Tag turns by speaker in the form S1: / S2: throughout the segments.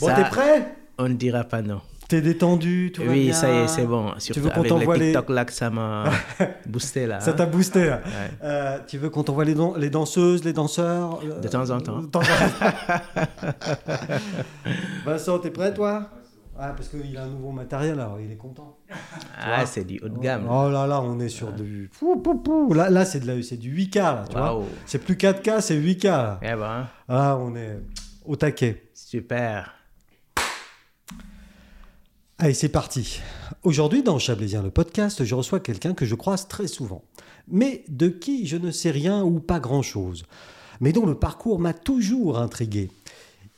S1: Bon,
S2: Ça,
S1: t'es prêt
S2: On ne dira pas non.
S1: T'es détendu, tout va
S2: oui,
S1: bien
S2: ça y est, c'est bon. Surtout
S1: veux qu'on
S2: avec
S1: t'envoie
S2: les
S1: les-
S2: TikTok là que ça m'a boosté là.
S1: Ça
S2: hein.
S1: t'a boosté. là.
S2: Ouais.
S1: Euh, tu veux qu'on t'envoie les, dan- les danseuses, les danseurs euh,
S2: De temps en temps.
S1: de temps en temps. Vincent, t'es prêt toi ah, parce qu'il a un nouveau matériel, alors il est content.
S2: Ah, c'est du haut de gamme.
S1: Oh là là, on est sur du. Pou, pou, pou. Là, là c'est de la- c'est du 8K, là, tu vois.
S2: Waouh.
S1: C'est plus 4K, c'est 8K. Là.
S2: Eh ben,
S1: Ah, on est au taquet.
S2: super.
S1: Allez, c'est parti. Aujourd'hui, dans Chablaisien le podcast, je reçois quelqu'un que je croise très souvent, mais de qui je ne sais rien ou pas grand-chose, mais dont le parcours m'a toujours intrigué.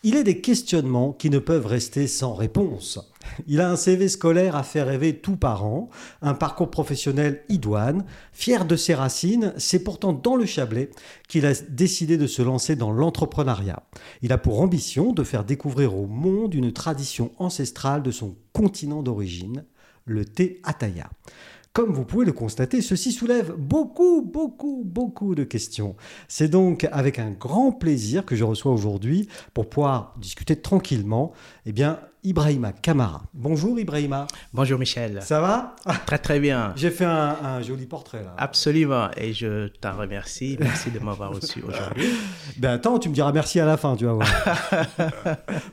S1: Il est des questionnements qui ne peuvent rester sans réponse. Il a un CV scolaire à faire rêver tout parent, un parcours professionnel idoine, fier de ses racines, c'est pourtant dans le Chablais qu'il a décidé de se lancer dans l'entrepreneuriat. Il a pour ambition de faire découvrir au monde une tradition ancestrale de son continent d'origine, le thé Ataya. Comme vous pouvez le constater, ceci soulève beaucoup, beaucoup, beaucoup de questions. C'est donc avec un grand plaisir que je reçois aujourd'hui pour pouvoir discuter tranquillement, eh bien, Ibrahima Kamara. Bonjour Ibrahima,
S2: Bonjour Michel.
S1: ça va
S2: Très très bien.
S1: J'ai fait un, un joli portrait là.
S2: Ah. Absolument. Et je t'en remercie. Merci de m'avoir reçu aujourd'hui.
S1: Ben attends, tu me diras merci à la fin, tu vas voir.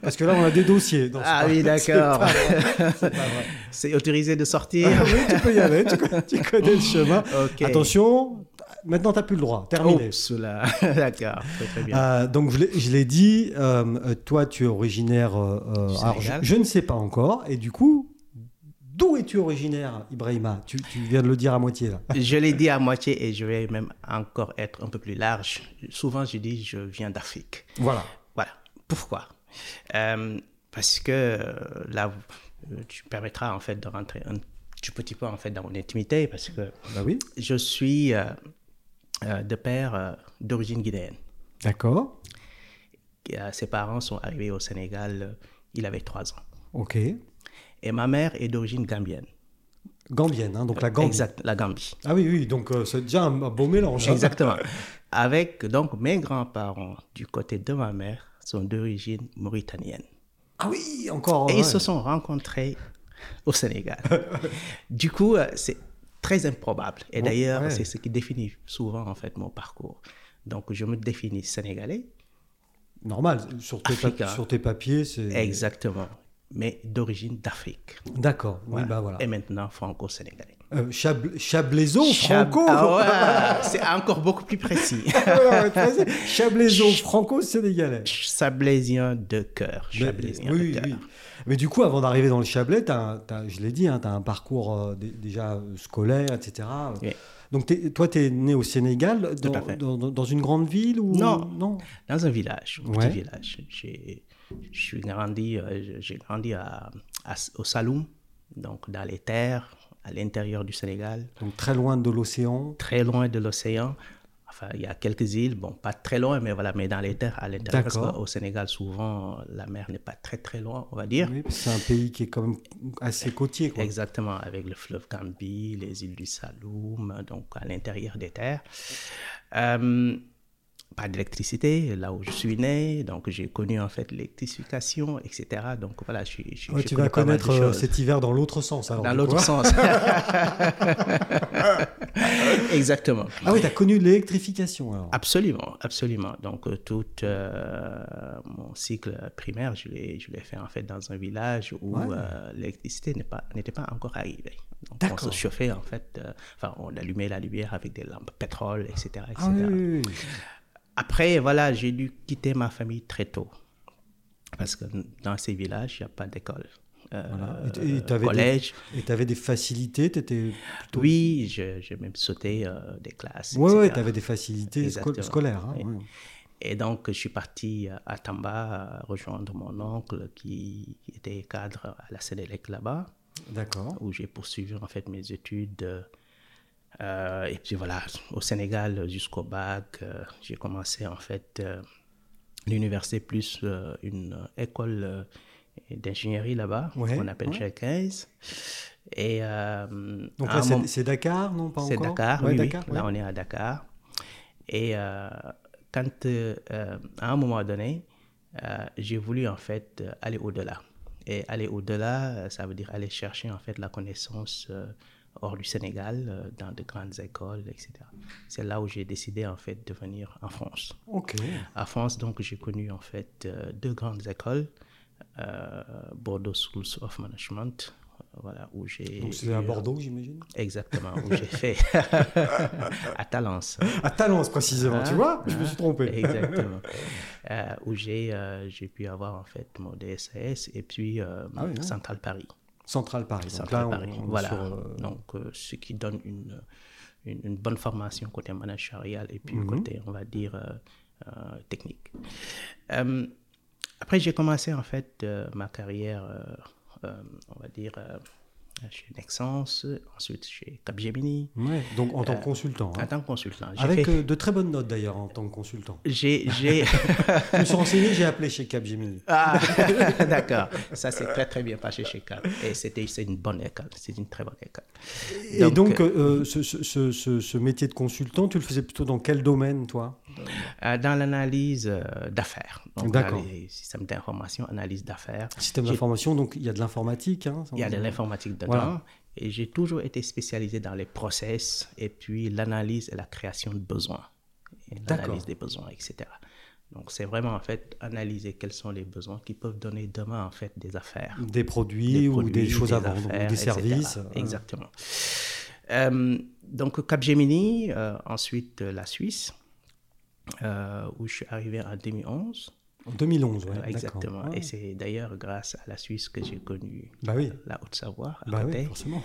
S1: Parce que là, on a des dossiers. Non, c'est
S2: Ah
S1: pas-
S2: oui,
S1: c'est pas
S2: d'accord.
S1: vrai, c'est pas vrai.
S2: C'est autorisé de sortir.
S1: Ah oui, tu peux y aller, tu, con- tu connais le chemin.
S2: Ok. Oh.
S1: Attention, maintenant t'as plus le droit, terminé.
S2: Oups, là. D'accord. Très très bien.
S1: Euh, donc je l'ai- je l'ai dit, euh, euh, toi tu es originaire, euh, euh,
S2: Du
S1: alors je,
S2: Sénégal.
S1: je ne sais pas encore, et du coup, d'où es-tu originaire Ibrahima tu, tu viens de le dire à moitié là.
S2: Je l'ai dit à moitié et je vais même encore être un peu plus large. Souvent, je dis je viens d'Afrique.
S1: Voilà.
S2: Voilà. Pourquoi Euh, Parce que euh, là, euh, tu permettras en fait de rentrer un tout petit peu en fait dans mon intimité parce que
S1: Bah oui.
S2: je suis euh, euh, de père euh, d'origine guinéenne.
S1: D'accord,
S2: Et, euh, ses parents sont arrivés au Sénégal, euh, il avait trois ans.
S1: ok.
S2: Et ma mère est d'origine gambienne.
S1: Gambienne, hein, donc la Gambie.
S2: Euh, Exact, la Gambie.
S1: Ah oui, oui, donc euh, c'est déjà un, un beau mélange. hein.
S2: Exactement. Avec donc mes grands-parents du côté de ma mère sont d'origine mauritanienne.
S1: Ah oui, encore.
S2: Et
S1: ouais.
S2: ils se sont rencontrés au Sénégal. du coup, euh, c'est très improbable. Et d'ailleurs,
S1: ouais.
S2: c'est ce qui définit souvent en fait mon parcours. Donc, je me définis sénégalais,
S1: Normal, sur tes, pa-
S2: Africain.
S1: sur tes papiers, c'est.
S2: exactement, mais d'origine d'Afrique.
S1: D'accord, oui, bah voilà.
S2: Et maintenant, franco-sénégalais.
S1: Euh, Chab- Chablaiso,
S2: Chab-
S1: franco
S2: Ah ouais, c'est encore beaucoup plus précis.
S1: Voilà, ouais, très- Chablaiso, franco-sénégalais.
S2: Sablaisien de cœur.
S1: Mais-
S2: Chablaisien
S1: oui,
S2: de cœur.
S1: oui. Mais du coup, avant d'arriver dans le Chablais, t'as un- t'as- je l'ai dit, tu as un parcours euh, dé- déjà euh, scolaire, etc.
S2: Oui.
S1: Donc, t'es- toi, tu es né au Sénégal, dans,
S2: à fait.
S1: dans- dans- dans une grande ville ou...
S2: Non. Dans un village, un
S1: Ouais.
S2: petit village. J'ai je suis grandi, euh, j'ai grandi à, à- au Saloum, donc dans les terres, à l'intérieur du Sénégal,
S1: Donc, très loin de l'océan.
S2: très loin de l'océan. Enfin, il y a quelques îles, bon, pas très loin, mais voilà, mais dans les terres à l'intérieur. Parce
S1: D'accord.
S2: qu'au Sénégal, souvent, la mer n'est pas très très loin, on va dire.
S1: Oui, parce que c'est un pays qui est quand même assez côtier. quoi.
S2: Exactement, avec le fleuve Gambie, les îles du Saloum, donc à l'intérieur des terres. Euh, pas d'électricité, là où je suis né, donc j'ai connu en fait l'électrification, etc. Donc voilà, je, suis- je,
S1: Ouais,
S2: j'ai
S1: tu
S2: connu
S1: vas
S2: pas mal de
S1: connaître euh,
S2: choses.
S1: cet hiver dans l'autre sens. alors,
S2: Dans
S1: du
S2: l'autre
S1: coup. hein.
S2: sens. Exactement.
S1: Ah oui, tu as connu l'électrification
S2: Ah,
S1: alors.
S2: Absolument, absolument. Donc, euh, tout euh, mon cycle primaire, je l'ai je l'ai fait en fait dans un village où
S1: Ouais.
S2: euh, l'électricité n'est pas- n'était pas, encore arrivée. Donc, on se
S1: D'accord.
S2: chauffait en fait, euh, enfin, on allumait la lumière avec des lampes pétrole, etc. etc.
S1: Ah oui, oui, oui.
S2: Après, voilà, j'ai dû quitter ma famille très tôt. Parce que dans ces villages, il n'y a pas d'école. Euh,
S1: Voilà. Et t- et t'avais des-
S2: collège.
S1: Et tu avais des facilités, tu étais.
S2: Oui, j'ai j'ai même sauté euh, des classes.
S1: Ouais, ouais,
S2: etc.
S1: tu avais des facilités sco-
S2: Exactement.
S1: scolaires. hein,
S2: Oui.
S1: ouais.
S2: Et donc, je suis parti euh, à Tamba euh, rejoindre mon oncle qui qui était cadre à la Sénélec là-bas,
S1: D'accord.
S2: où j'ai poursuivi en fait mes études. euh, euh, et puis voilà, au Sénégal euh, jusqu'au bac, euh, j'ai commencé en fait euh, l'université plus euh, une euh, école euh, d'ingénierie là-bas,
S1: Ouais,
S2: qu'on appelle
S1: ouais.
S2: chez 15. Et euh,
S1: Donc
S2: à
S1: là,
S2: un
S1: c'est-
S2: moment-
S1: c'est Dakar, non Pas
S2: c'est
S1: encore
S2: Dakar,
S1: Ouais,
S2: oui, oui.
S1: Dakar, ouais.
S2: Là, on est à Dakar. Et euh, quand, euh, euh, à un moment donné, euh, j'ai voulu en fait euh, aller au-delà. Et aller au-delà, euh, ça veut dire aller chercher en fait la connaissance euh, hors du Sénégal, euh, dans de grandes écoles, etc. C'est là où j'ai décidé en fait de venir en France.
S1: Ok.
S2: À France, donc, j'ai connu en fait euh, deux grandes écoles, euh, Bordeaux Schools of Management, euh, voilà, où j'ai...
S1: Donc c'est à
S2: eu-
S1: Bordeaux, j'imagine
S2: Exactement, où j'ai fait à Talence.
S1: À Talence, précisément, tu
S2: Ah,
S1: vois Je me suis trompé.
S2: Exactement. Euh, où j'ai euh, j'ai pu avoir en fait mon DSS et puis euh,
S1: Ah oui, hein.
S2: Central Paris.
S1: Central Paris. Donc
S2: Central
S1: là, on-
S2: Paris.
S1: on est
S2: voilà.
S1: sur, euh,
S2: Donc, euh, ce qui donne une, une, une bonne formation côté managérial et
S1: Mhm.
S2: puis côté, on va dire, euh, euh, technique. Euh, après, j'ai commencé en fait euh, ma carrière, euh, euh, on va dire, euh, chez Nexence, ensuite chez Capgemini,
S1: ouais, donc en tant que consultant. hein.
S2: en tant que consultant. Euh, J'ai
S1: Avec
S2: fait-
S1: euh, de très bonnes notes d'ailleurs en tant que consultant.
S2: j'ai- j'ai-
S1: Je me suis renseigné, j'ai appelé chez Capgemini.
S2: Ah, d'accord. Ça s'est
S1: Euh.
S2: très très bien passé chez Cap. Et c'était c'est une bonne école. C'est une très bonne école.
S1: Et donc, euh, ce, ce- ce- ce- ce métier de consultant, tu le faisais plutôt dans quel domaine, toi
S2: Euh, dans l'analyse euh, d'affaires. Donc,
S1: D'accord.
S2: dans les systèmes d'information, analyse d'affaires.
S1: Système
S2: J'ai-
S1: d'information, donc il y a de l'informatique. hein, sans-
S2: Il y a de l'informatique dedans.
S1: Voilà.
S2: Et j'ai toujours été spécialisé dans les process et puis l'analyse et la création de besoins. Et
S1: D'accord.
S2: L'analyse des besoins, etc. Donc, c'est vraiment en fait analyser quels sont les besoins qui peuvent donner demain en fait des affaires.
S1: Des produits,
S2: des
S1: ou des
S2: produits,
S1: choses à vendre,
S2: affaires,
S1: ou des
S2: etc..
S1: services. euh,
S2: Exactement. Euh, donc Capgemini, euh, ensuite euh, la Suisse, euh, où je suis arrivé en 2011.
S1: En 2011, ouais,
S2: Euh,
S1: d'accord. Ah.
S2: exactement.
S1: Ouais.
S2: Et c'est d'ailleurs grâce à la Suisse que j'ai connu
S1: Bah oui,
S2: la Haute-Savoie à
S1: bah oui
S2: côté.
S1: forcément.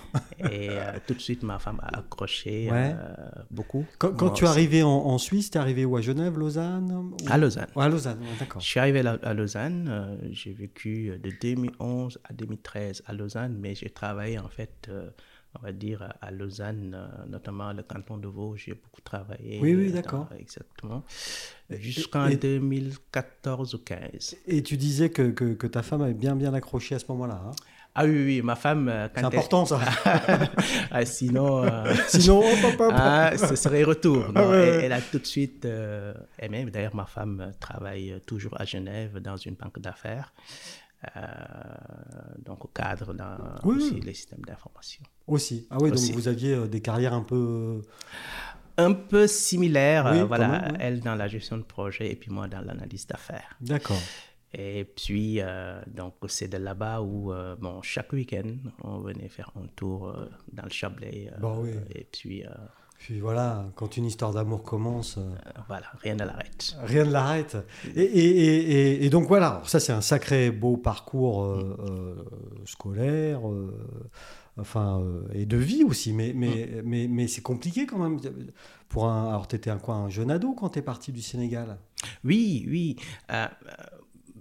S2: Et euh, tout de suite, ma femme a accroché
S1: Ouais.
S2: euh, beaucoup.
S1: Quand, quand
S2: Moi
S1: tu es
S2: aussi.
S1: arrivé en, en Suisse, tu es arrivé où À Genève, Lausanne ou-
S2: à Lausanne.
S1: Ouais, à Lausanne, ouais, d'accord.
S2: Je suis arrivé là- à Lausanne, euh, j'ai vécu euh, de 2011 à 2013 à Lausanne, mais j'ai travaillé en fait, euh, on va dire, à- à Lausanne, euh, notamment le canton de Vaud, j'ai beaucoup travaillé.
S1: Oui, oui,
S2: euh, dans-
S1: d'accord.
S2: Exactement. Jusqu'en
S1: et-
S2: 2014 ou 15.
S1: Et tu disais que, que- que ta femme avait bien bien accroché à ce moment-là. hein.
S2: Ah oui, oui, ma femme... euh,
S1: C'est
S2: quand elle-
S1: important ça.
S2: Ah, sinon... euh,
S1: Sinon, hop, hop, hop.
S2: ah, ce serait retour. non.
S1: Ah ouais,
S2: elle,
S1: ouais.
S2: elle a tout de suite euh, aimé. D'ailleurs, ma femme euh, travaille euh, toujours à Genève dans une banque d'affaires, euh, donc au cadre dans
S1: Oui,
S2: aussi
S1: oui.
S2: les systèmes d'information.
S1: Aussi. Ah oui, donc
S2: Aussi.
S1: vous aviez euh, des carrières un peu. euh,
S2: Un peu similaire,
S1: Oui,
S2: euh,
S1: quand
S2: voilà,
S1: même, ouais.
S2: elle dans la gestion de projet et puis moi dans l'analyse d'affaires.
S1: D'accord.
S2: Et puis, euh, donc, c'est de là-bas où, euh, bon, chaque week-end, on venait faire un tour euh, dans le Chablais. euh,
S1: Bah oui.
S2: Et puis, euh,
S1: Puis voilà, quand une histoire d'amour commence, euh,
S2: voilà, rien ne l'arrête.
S1: rien ne l'arrête. Et, et- et- et- et donc voilà, Alors ça c'est un sacré beau parcours euh, euh, scolaire, euh, enfin, euh, et de vie aussi, mais, mais,
S2: Mm.
S1: mais, mais c'est compliqué quand même. Pour un, alors t'étais un, quoi, un jeune ado quand t'es parti du Sénégal
S2: Oui, oui. Euh, euh,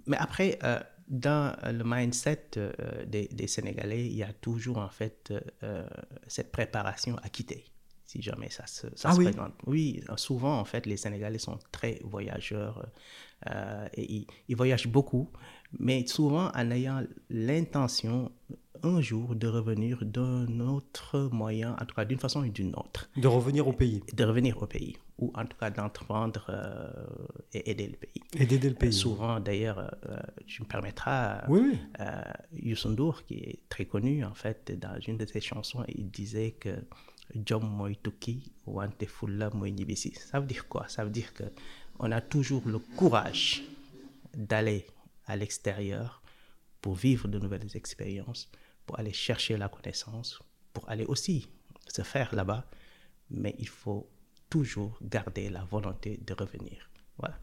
S2: mais après, euh, dans le mindset euh, des, des Sénégalais, il y a toujours en fait euh, euh, cette préparation à quitter, si jamais ça se, ça
S1: Ah
S2: se
S1: oui.
S2: présente. Oui, euh, souvent en fait, les Sénégalais sont très voyageurs euh, et ils, ils voyagent beaucoup, mais souvent en ayant l'intention un jour de revenir d'un autre moyen, en tout cas d'une façon ou d'une autre
S1: de revenir au pays
S2: de revenir au pays, ou en tout cas d'entreprendre euh, et aider le pays.
S1: et d'aider le pays.
S2: Souvent, d'ailleurs, euh, euh, tu me permettras, euh,
S1: Oui, oui.
S2: euh, Youssou Ndour, qui est très connu, en fait, dans une de ses chansons, il disait que Jom moy tukki, wante fulla moy ñibbisi. Ça veut dire quoi Ça veut dire que on a toujours le courage d'aller à l'extérieur pour vivre de nouvelles expériences, pour aller chercher la connaissance, pour aller aussi se faire là-bas, mais il faut toujours garder la volonté de revenir. Voilà.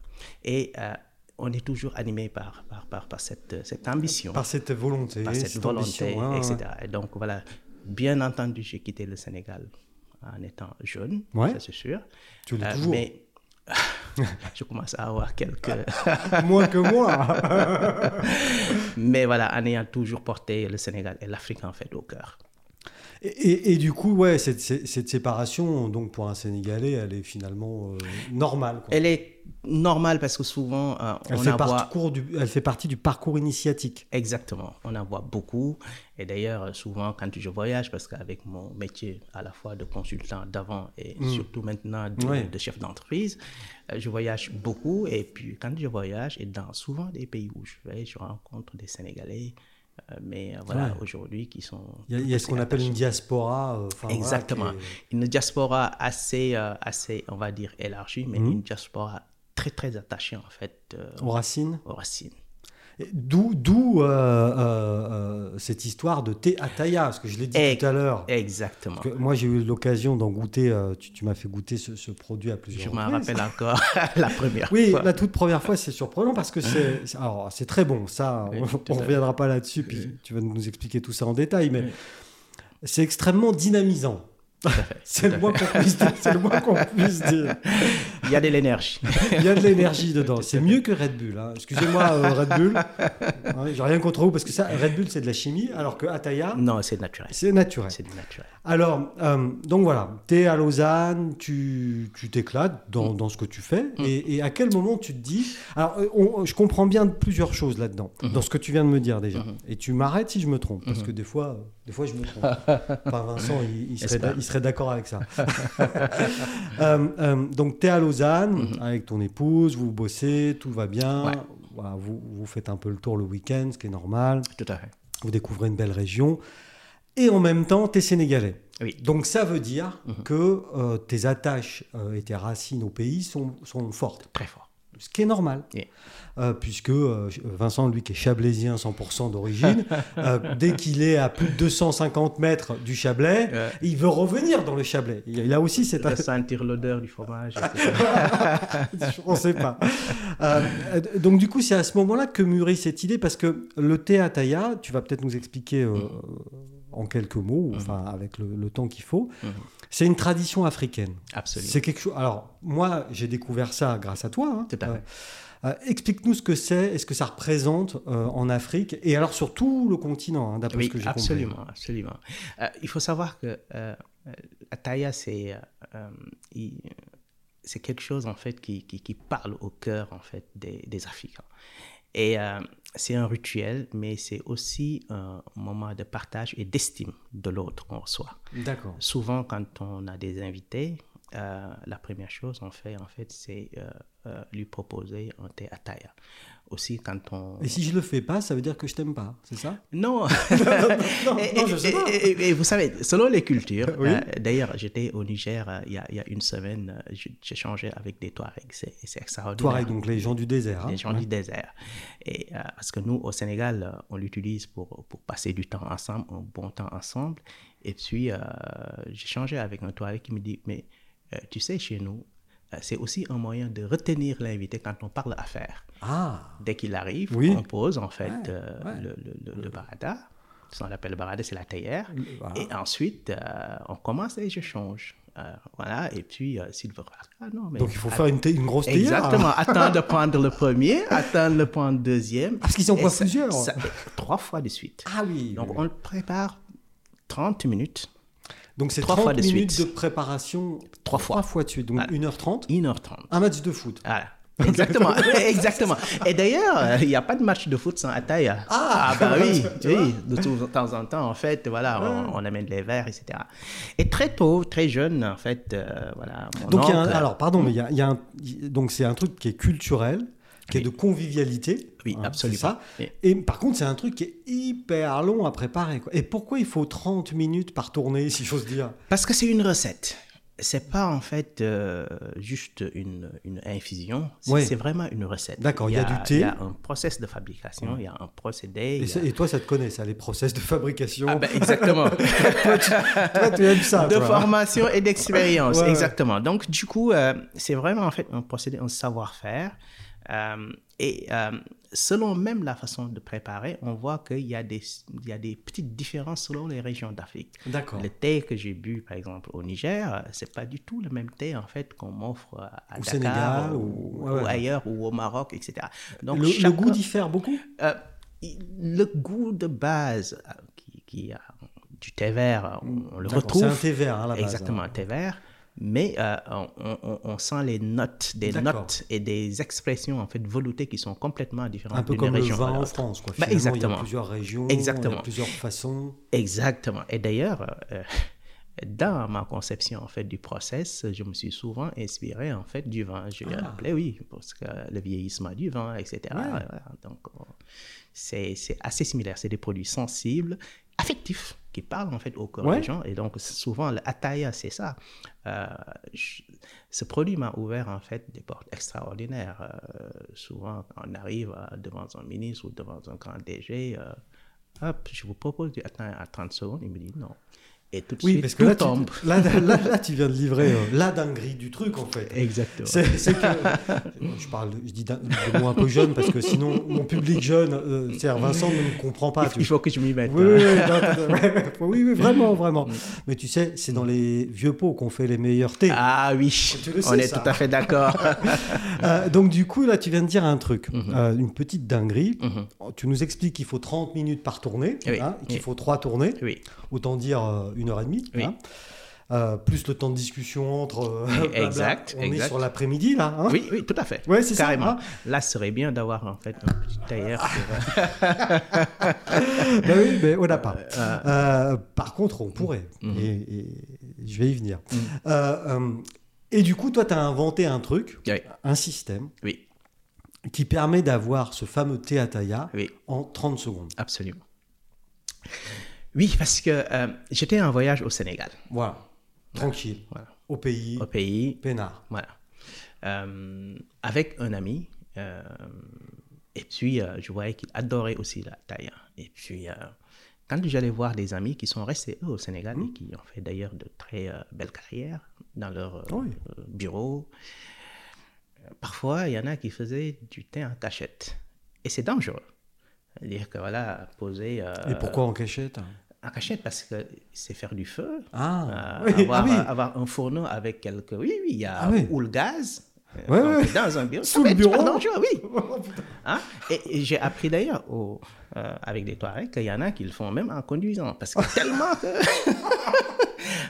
S2: Et euh, on est toujours animé par, par, par, par cette, cette ambition
S1: Par cette volonté,
S2: par cette, volonté,
S1: ambition, hein,
S2: etc. Et donc voilà, bien entendu, j'ai quitté le Sénégal en étant jeune,
S1: Ouais.
S2: ça c'est sûr. Euh,
S1: Tu l'es toujours.
S2: Mais je commence à avoir quelques...
S1: ouais. Moins que moi.
S2: mais voilà, en ayant toujours porté le Sénégal et l'Afrique en fait au cœur.
S1: Et, et- et du coup, ouais, cette, cette- cette séparation, donc pour un Sénégalais, elle est finalement euh, normale. quoi.
S2: Elle est normal parce que souvent, euh,
S1: Elle,
S2: on
S1: fait
S2: aboie-
S1: parcours du- elle fait partie du parcours initiatique.
S2: Exactement, on en voit beaucoup. Et d'ailleurs, euh, souvent, quand je voyage, parce qu'avec mon métier à la fois de consultant d'avant et
S1: Mm.
S2: surtout maintenant de,
S1: Ouais.
S2: de chef d'entreprise, euh, je voyage beaucoup. Et puis, quand je voyage, et dans souvent des pays où je vais, je rencontre des Sénégalais, euh, mais euh, voilà,
S1: Ouais.
S2: aujourd'hui, qui sont.
S1: Il y a, il y a ce qu'on appelle une diaspora. euh, enfin, voilà,
S2: Ah, Exactement.
S1: qui est-
S2: Une diaspora assez, euh, assez, on va dire, élargie,
S1: Mm.
S2: mais une diaspora très, très attachée, en fait, euh,
S1: aux racines.
S2: aux racines.
S1: Et D'où d'où, euh, euh, euh, cette histoire de thé ataya, parce que je l'ai dit
S2: Et-
S1: tout à l'heure.
S2: Exactement.
S1: Que Moi, j'ai eu l'occasion d'en goûter. euh, tu tu m'as fait goûter ce, ce produit à plusieurs
S2: Je m'en
S1: reprises.
S2: rappelle encore la première
S1: Oui,
S2: fois.
S1: la toute première fois, c'est surprenant parce que c'est c'est- alors, c'est très bon, ça,
S2: Oui,
S1: on-
S2: tout
S1: on
S2: à
S1: ne
S2: fait.
S1: reviendra pas là-dessus, puis tu vas nous expliquer tout ça en détail, mais
S2: Oui.
S1: c'est extrêmement dynamisant. C'est le, moins qu'on puisse dire, c'est le moins qu'on puisse dire.
S2: Il y a de l'énergie.
S1: Il y a de l'énergie dedans. C'est mieux que Red Bull. hein. Excusez-moi, euh, Red Bull. Hein, J'ai rien contre vous parce que ça, Red Bull, c'est de la chimie, alors que Ataya,
S2: non, c'est naturel.
S1: c'est naturel.
S2: C'est du naturel.
S1: Alors, euh, donc voilà, tu es à Lausanne, tu tu t'éclates dans, dans ce que tu fais, et, et à quel moment tu te dis... Alors, euh, on- je comprends bien plusieurs choses là-dedans, dans ce que tu viens de me dire déjà, et tu m'arrêtes si je me trompe, parce que des fois, euh, des fois je me trompe. Enfin, Vincent, il, il serait,
S2: J'espère.
S1: d'a- il serait d'accord avec ça. Euh, euh, donc, tu es à Lausanne avec ton épouse, vous bossez, tout va bien,
S2: Ouais.
S1: Voilà, vous, vous faites un peu le tour le week-end, ce qui est normal,
S2: Tout à fait.
S1: vous découvrez une belle région, et en même temps, tu es sénégalais.
S2: Oui. Mhm.
S1: Donc ça veut dire que euh, tes attaches euh, et tes racines au pays sont, sont fortes,
S2: Très fort.
S1: ce qui est normal.
S2: Oui.
S1: Euh, puisque euh, Vincent, lui qui est chablaisien 100% d'origine, euh, dès qu'il est à plus de 250 mètres du Chablais,
S2: Euh,
S1: il veut revenir dans le Chablais. Il il a aussi cette...
S2: de sentir l'odeur du fromage. etc.
S1: On ne sait pas. Euh, euh, donc du coup, c'est à ce moment-là que mûrit cette idée, parce que le thé Ataya, tu vas peut-être nous expliquer euh, en quelques mots, ou enfin avec le, le temps qu'il faut,
S2: Mhm.
S1: c'est une tradition africaine.
S2: Absolument.
S1: C'est quelque chose. Alors, moi, j'ai découvert ça grâce à toi. hein.
S2: Tout à fait.
S1: Euh, euh, Explique-nous ce que c'est et ce que ça représente euh, en Afrique et alors sur tout le continent, hein, d'après
S2: Oui,
S1: ce que j'ai compris.
S2: absolument, absolument. Euh, il faut savoir que euh, euh, Ataya, c'est euh, euh, il- c'est quelque chose en fait qui, qui, qui parle au cœur en fait des, des Africains. Et euh, c'est un rituel, mais c'est aussi un moment de partage et d'estime de l'autre qu'on reçoit.
S1: D'accord.
S2: Souvent, quand on a des invités, euh, la première chose qu'on fait, en fait, c'est euh, euh, lui proposer un thé à taille. Aussi, quand on...
S1: Et si je le fais pas, ça veut dire que je t'aime pas, c'est ça
S2: Non,
S1: Non,
S2: Et-
S1: non, je sais
S2: et-
S1: pas.
S2: et- et- et vous savez, selon les cultures,
S1: Oui.
S2: euh, d'ailleurs, j'étais au Niger euh, il y, a, il y a une semaine, euh, j'ai- j'échangeais avec des Touaregs, c'est c'est extraordinaire.
S1: Touareg, donc les gens du désert. hein.
S2: Les gens du désert. Et, euh, parce que nous, au Sénégal, euh, on l'utilise pour, pour passer du temps ensemble, un bon temps ensemble. Et puis, euh, j'ai changé avec un Touareg qui me dit, mais euh, tu sais, chez nous, euh, c'est aussi un moyen de retenir l'invité quand on parle affaires.
S1: Ah,
S2: Dès qu'il arrive,
S1: Oui.
S2: on pose en fait
S1: Ouais,
S2: euh,
S1: ouais.
S2: Le, le- le- le barada. Si on l'appelle barada, c'est la théière.
S1: voilà.
S2: Et ensuite, euh, on commence les échanges. Euh, voilà, et puis euh, s'il veut. Ah non, mais.
S1: donc il faut faire une, thé- une grosse théière.
S2: Exactement. Attendre de prendre le premier, attendre de prendre le deuxième.
S1: Parce qu'ils en
S2: Et
S1: voient
S2: ça-
S1: plusieurs.
S2: ça- trois fois de suite.
S1: Ah oui.
S2: Donc
S1: oui, oui.
S2: on le prépare 30 minutes,
S1: Donc c'est
S2: trois
S1: 30
S2: fois de
S1: minutes
S2: suite.
S1: de préparation.
S2: Trois fois.
S1: de suite. Donc
S2: Voilà.
S1: 1h30.
S2: 1h30.
S1: Un match de foot.
S2: Voilà. Exactement, exactement. Et d'ailleurs, euh, il n'y a pas de match de foot sans Ataya.
S1: Ah,
S2: bah oui,
S1: tu vois. Ah.
S2: oui. De tout- de temps en temps, en fait, voilà, on, on amène les verres, etc. Et très tôt, très jeune, en fait, euh, voilà. mon
S1: Donc, il y a un-
S2: oncle-
S1: alors, pardon, mais il y a, il y a un- il- donc c'est un truc qui est culturel, qui est de convivialité. hein,
S2: Oui,
S1: c'est
S2: absolument.
S1: ça.
S2: Oui.
S1: Et par contre, c'est un truc qui est hyper long à préparer. quoi. Et pourquoi il faut 30 minutes par tournée, si j'ose dire
S2: Parce que c'est une recette. C'est pas en fait euh, juste une, une infusion, c'est
S1: Ouais.
S2: c'est vraiment une recette.
S1: D'accord, il y a du thé.
S2: Il y a un process de fabrication, il y a un procédé.
S1: et,
S2: il y a-
S1: ça- et toi, ça te connaît, ça, les process de fabrication.
S2: euh, Ah ben, exactement.
S1: Toi, tu aimes ça.
S2: de
S1: toi. hein
S2: formation et d'expérience,
S1: Ouais, ouais.
S2: exactement. Donc, du coup, euh, c'est vraiment en fait un procédé, un savoir-faire. Euh, et euh, selon même la façon de préparer, on voit qu'il y, a des- il y a des petites différences selon les régions d'Afrique.
S1: D'accord.
S2: Le thé que j'ai bu, par exemple, au Niger, euh, c'est pas du tout le même thé, en fait, qu'on m'offre euh, à
S1: Au
S2: Dakar,
S1: Sénégal,
S2: ou,
S1: ou- ouais, ouais.
S2: ou ailleurs, ou au Maroc, etc. Donc,
S1: Le, le
S2: chacun-
S1: goût diffère beaucoup
S2: euh, il- le goût de base euh, qui, qui a du thé vert, on, on le
S1: Hmm. D'accord, C'est un
S2: retrouve.
S1: thé vert, hein, à la base.
S2: Exactement, un thé vert. Mais euh, on, on- on sent les notes, des
S1: D'accord.
S2: notes et des expressions en fait veloutées qui sont complètement différentes
S1: Un peu
S2: d'une
S1: comme le
S2: région à
S1: vin en
S2: l'autre.
S1: France. Quoi.
S2: Bah,
S1: Finalement, Il y a
S2: exactement.
S1: plusieurs régions, Il y a
S2: Exactement.
S1: plusieurs façons.
S2: Exactement. Et d'ailleurs, euh, dans ma conception en fait du process, je me suis souvent inspiré en fait du vin. Je l'ai
S1: Ah.
S2: appelé, oui, parce que le vieillissement du vin, etc. Voilà. Donc, on- c'est c'est assez similaire. C'est des produits sensibles, affectifs, qui parlent en fait au corps
S1: Ouais.
S2: des gens. Et donc, souvent, l'ataya, c'est ça. Euh, je- ce produit m'a ouvert en fait des portes extraordinaires. Euh, souvent, quand on arrive à- devant un ministre ou devant un grand DG. euh, Hop, je vous propose du atteint à 30 secondes. Il me dit non. Et tout de
S1: Oui,
S2: suite,
S1: parce que
S2: tout
S1: là tu,
S2: tombe.
S1: là, là- là, tu viens de livrer euh, la dinguerie du truc, en fait.
S2: Exactement.
S1: C'est c'est que euh, je parle, je dis d'un- de mots un peu jeunes parce que sinon mon public jeune, euh, c'est-à-dire Vincent ne me comprend pas. tu
S2: Il Mm. faut que je m'y mette.
S1: Oui,
S2: hein.
S1: oui, oui, non, t'as- ouais, oui, oui, vraiment, vraiment. Mais tu sais, c'est dans les vieux pots qu'on fait les meilleurs thés.
S2: Ah oui,
S1: Tu le sais,
S2: on est
S1: ça.
S2: tout à fait d'accord.
S1: Euh, donc du coup, là, tu viens de dire un truc,
S2: Mhm.
S1: euh, une petite dinguerie.
S2: Mhm.
S1: Tu nous expliques qu'il faut 30 minutes par tournée,
S2: Oui.
S1: hein, qu'il
S2: Oui.
S1: faut 3 tournées,
S2: oui,
S1: autant dire euh, une heure et demie.
S2: Oui.
S1: hein. Euh, plus le temps de discussion entre... euh, blabla.
S2: exact,
S1: On est
S2: exact.
S1: sur l'après-midi, là. hein.
S2: oui, oui, tout à fait.
S1: Ouais, c'est ça.
S2: Carrément.
S1: hein. Ah.
S2: Là, ce serait bien d'avoir en fait un petit tailleur. pour- euh,
S1: Bah oui, mais on n'a pas.
S2: euh,
S1: Euh, par contre, on pourrait.
S2: Mhm.
S1: Et, et je vais y venir.
S2: Mhm.
S1: Euh, euh, et du coup, toi, tu as inventé un truc,
S2: Oui.
S1: un système,
S2: Oui.
S1: qui permet d'avoir ce fameux thé Ataya
S2: oui,
S1: en 30 secondes.
S2: absolument. Oui, parce que euh, j'étais en voyage au Sénégal,
S1: Voilà. Tranquille.
S2: Voilà.
S1: Au pays,
S2: au pays,
S1: peinard.
S2: Voilà. Euh, avec un ami. euh, et puis, euh, je voyais qu'il adorait aussi la taille. Et puis, euh, quand j'allais voir des amis qui sont restés, eux, au Sénégal,
S1: Mmh.
S2: et qui ont fait d'ailleurs de très euh, belles carrières dans leur euh,
S1: Oui.
S2: euh, bureau, euh, parfois, il y en a qui faisaient du thé en cachette. Et c'est dangereux. Dire que voilà, poser euh, Ah.
S1: Et pourquoi en cachette
S2: en cachette parce que c'est faire du feu.
S1: Ah,
S2: Euh,
S1: oui,
S2: avoir,
S1: ah oui.
S2: avoir un fourneau avec quelques. Oui, oui, il y a
S1: Ah oui.
S2: ou le gaz. euh,
S1: Ouais,
S2: donc,
S1: ouais.
S2: Dans un bureau.
S1: Sous le bureau. Oh,
S2: dangereux, oui. Hein? Et, et j'ai appris d'ailleurs au- euh, avec des Touaregs qu'il y en a qui le font même en conduisant. Parce que tellement que.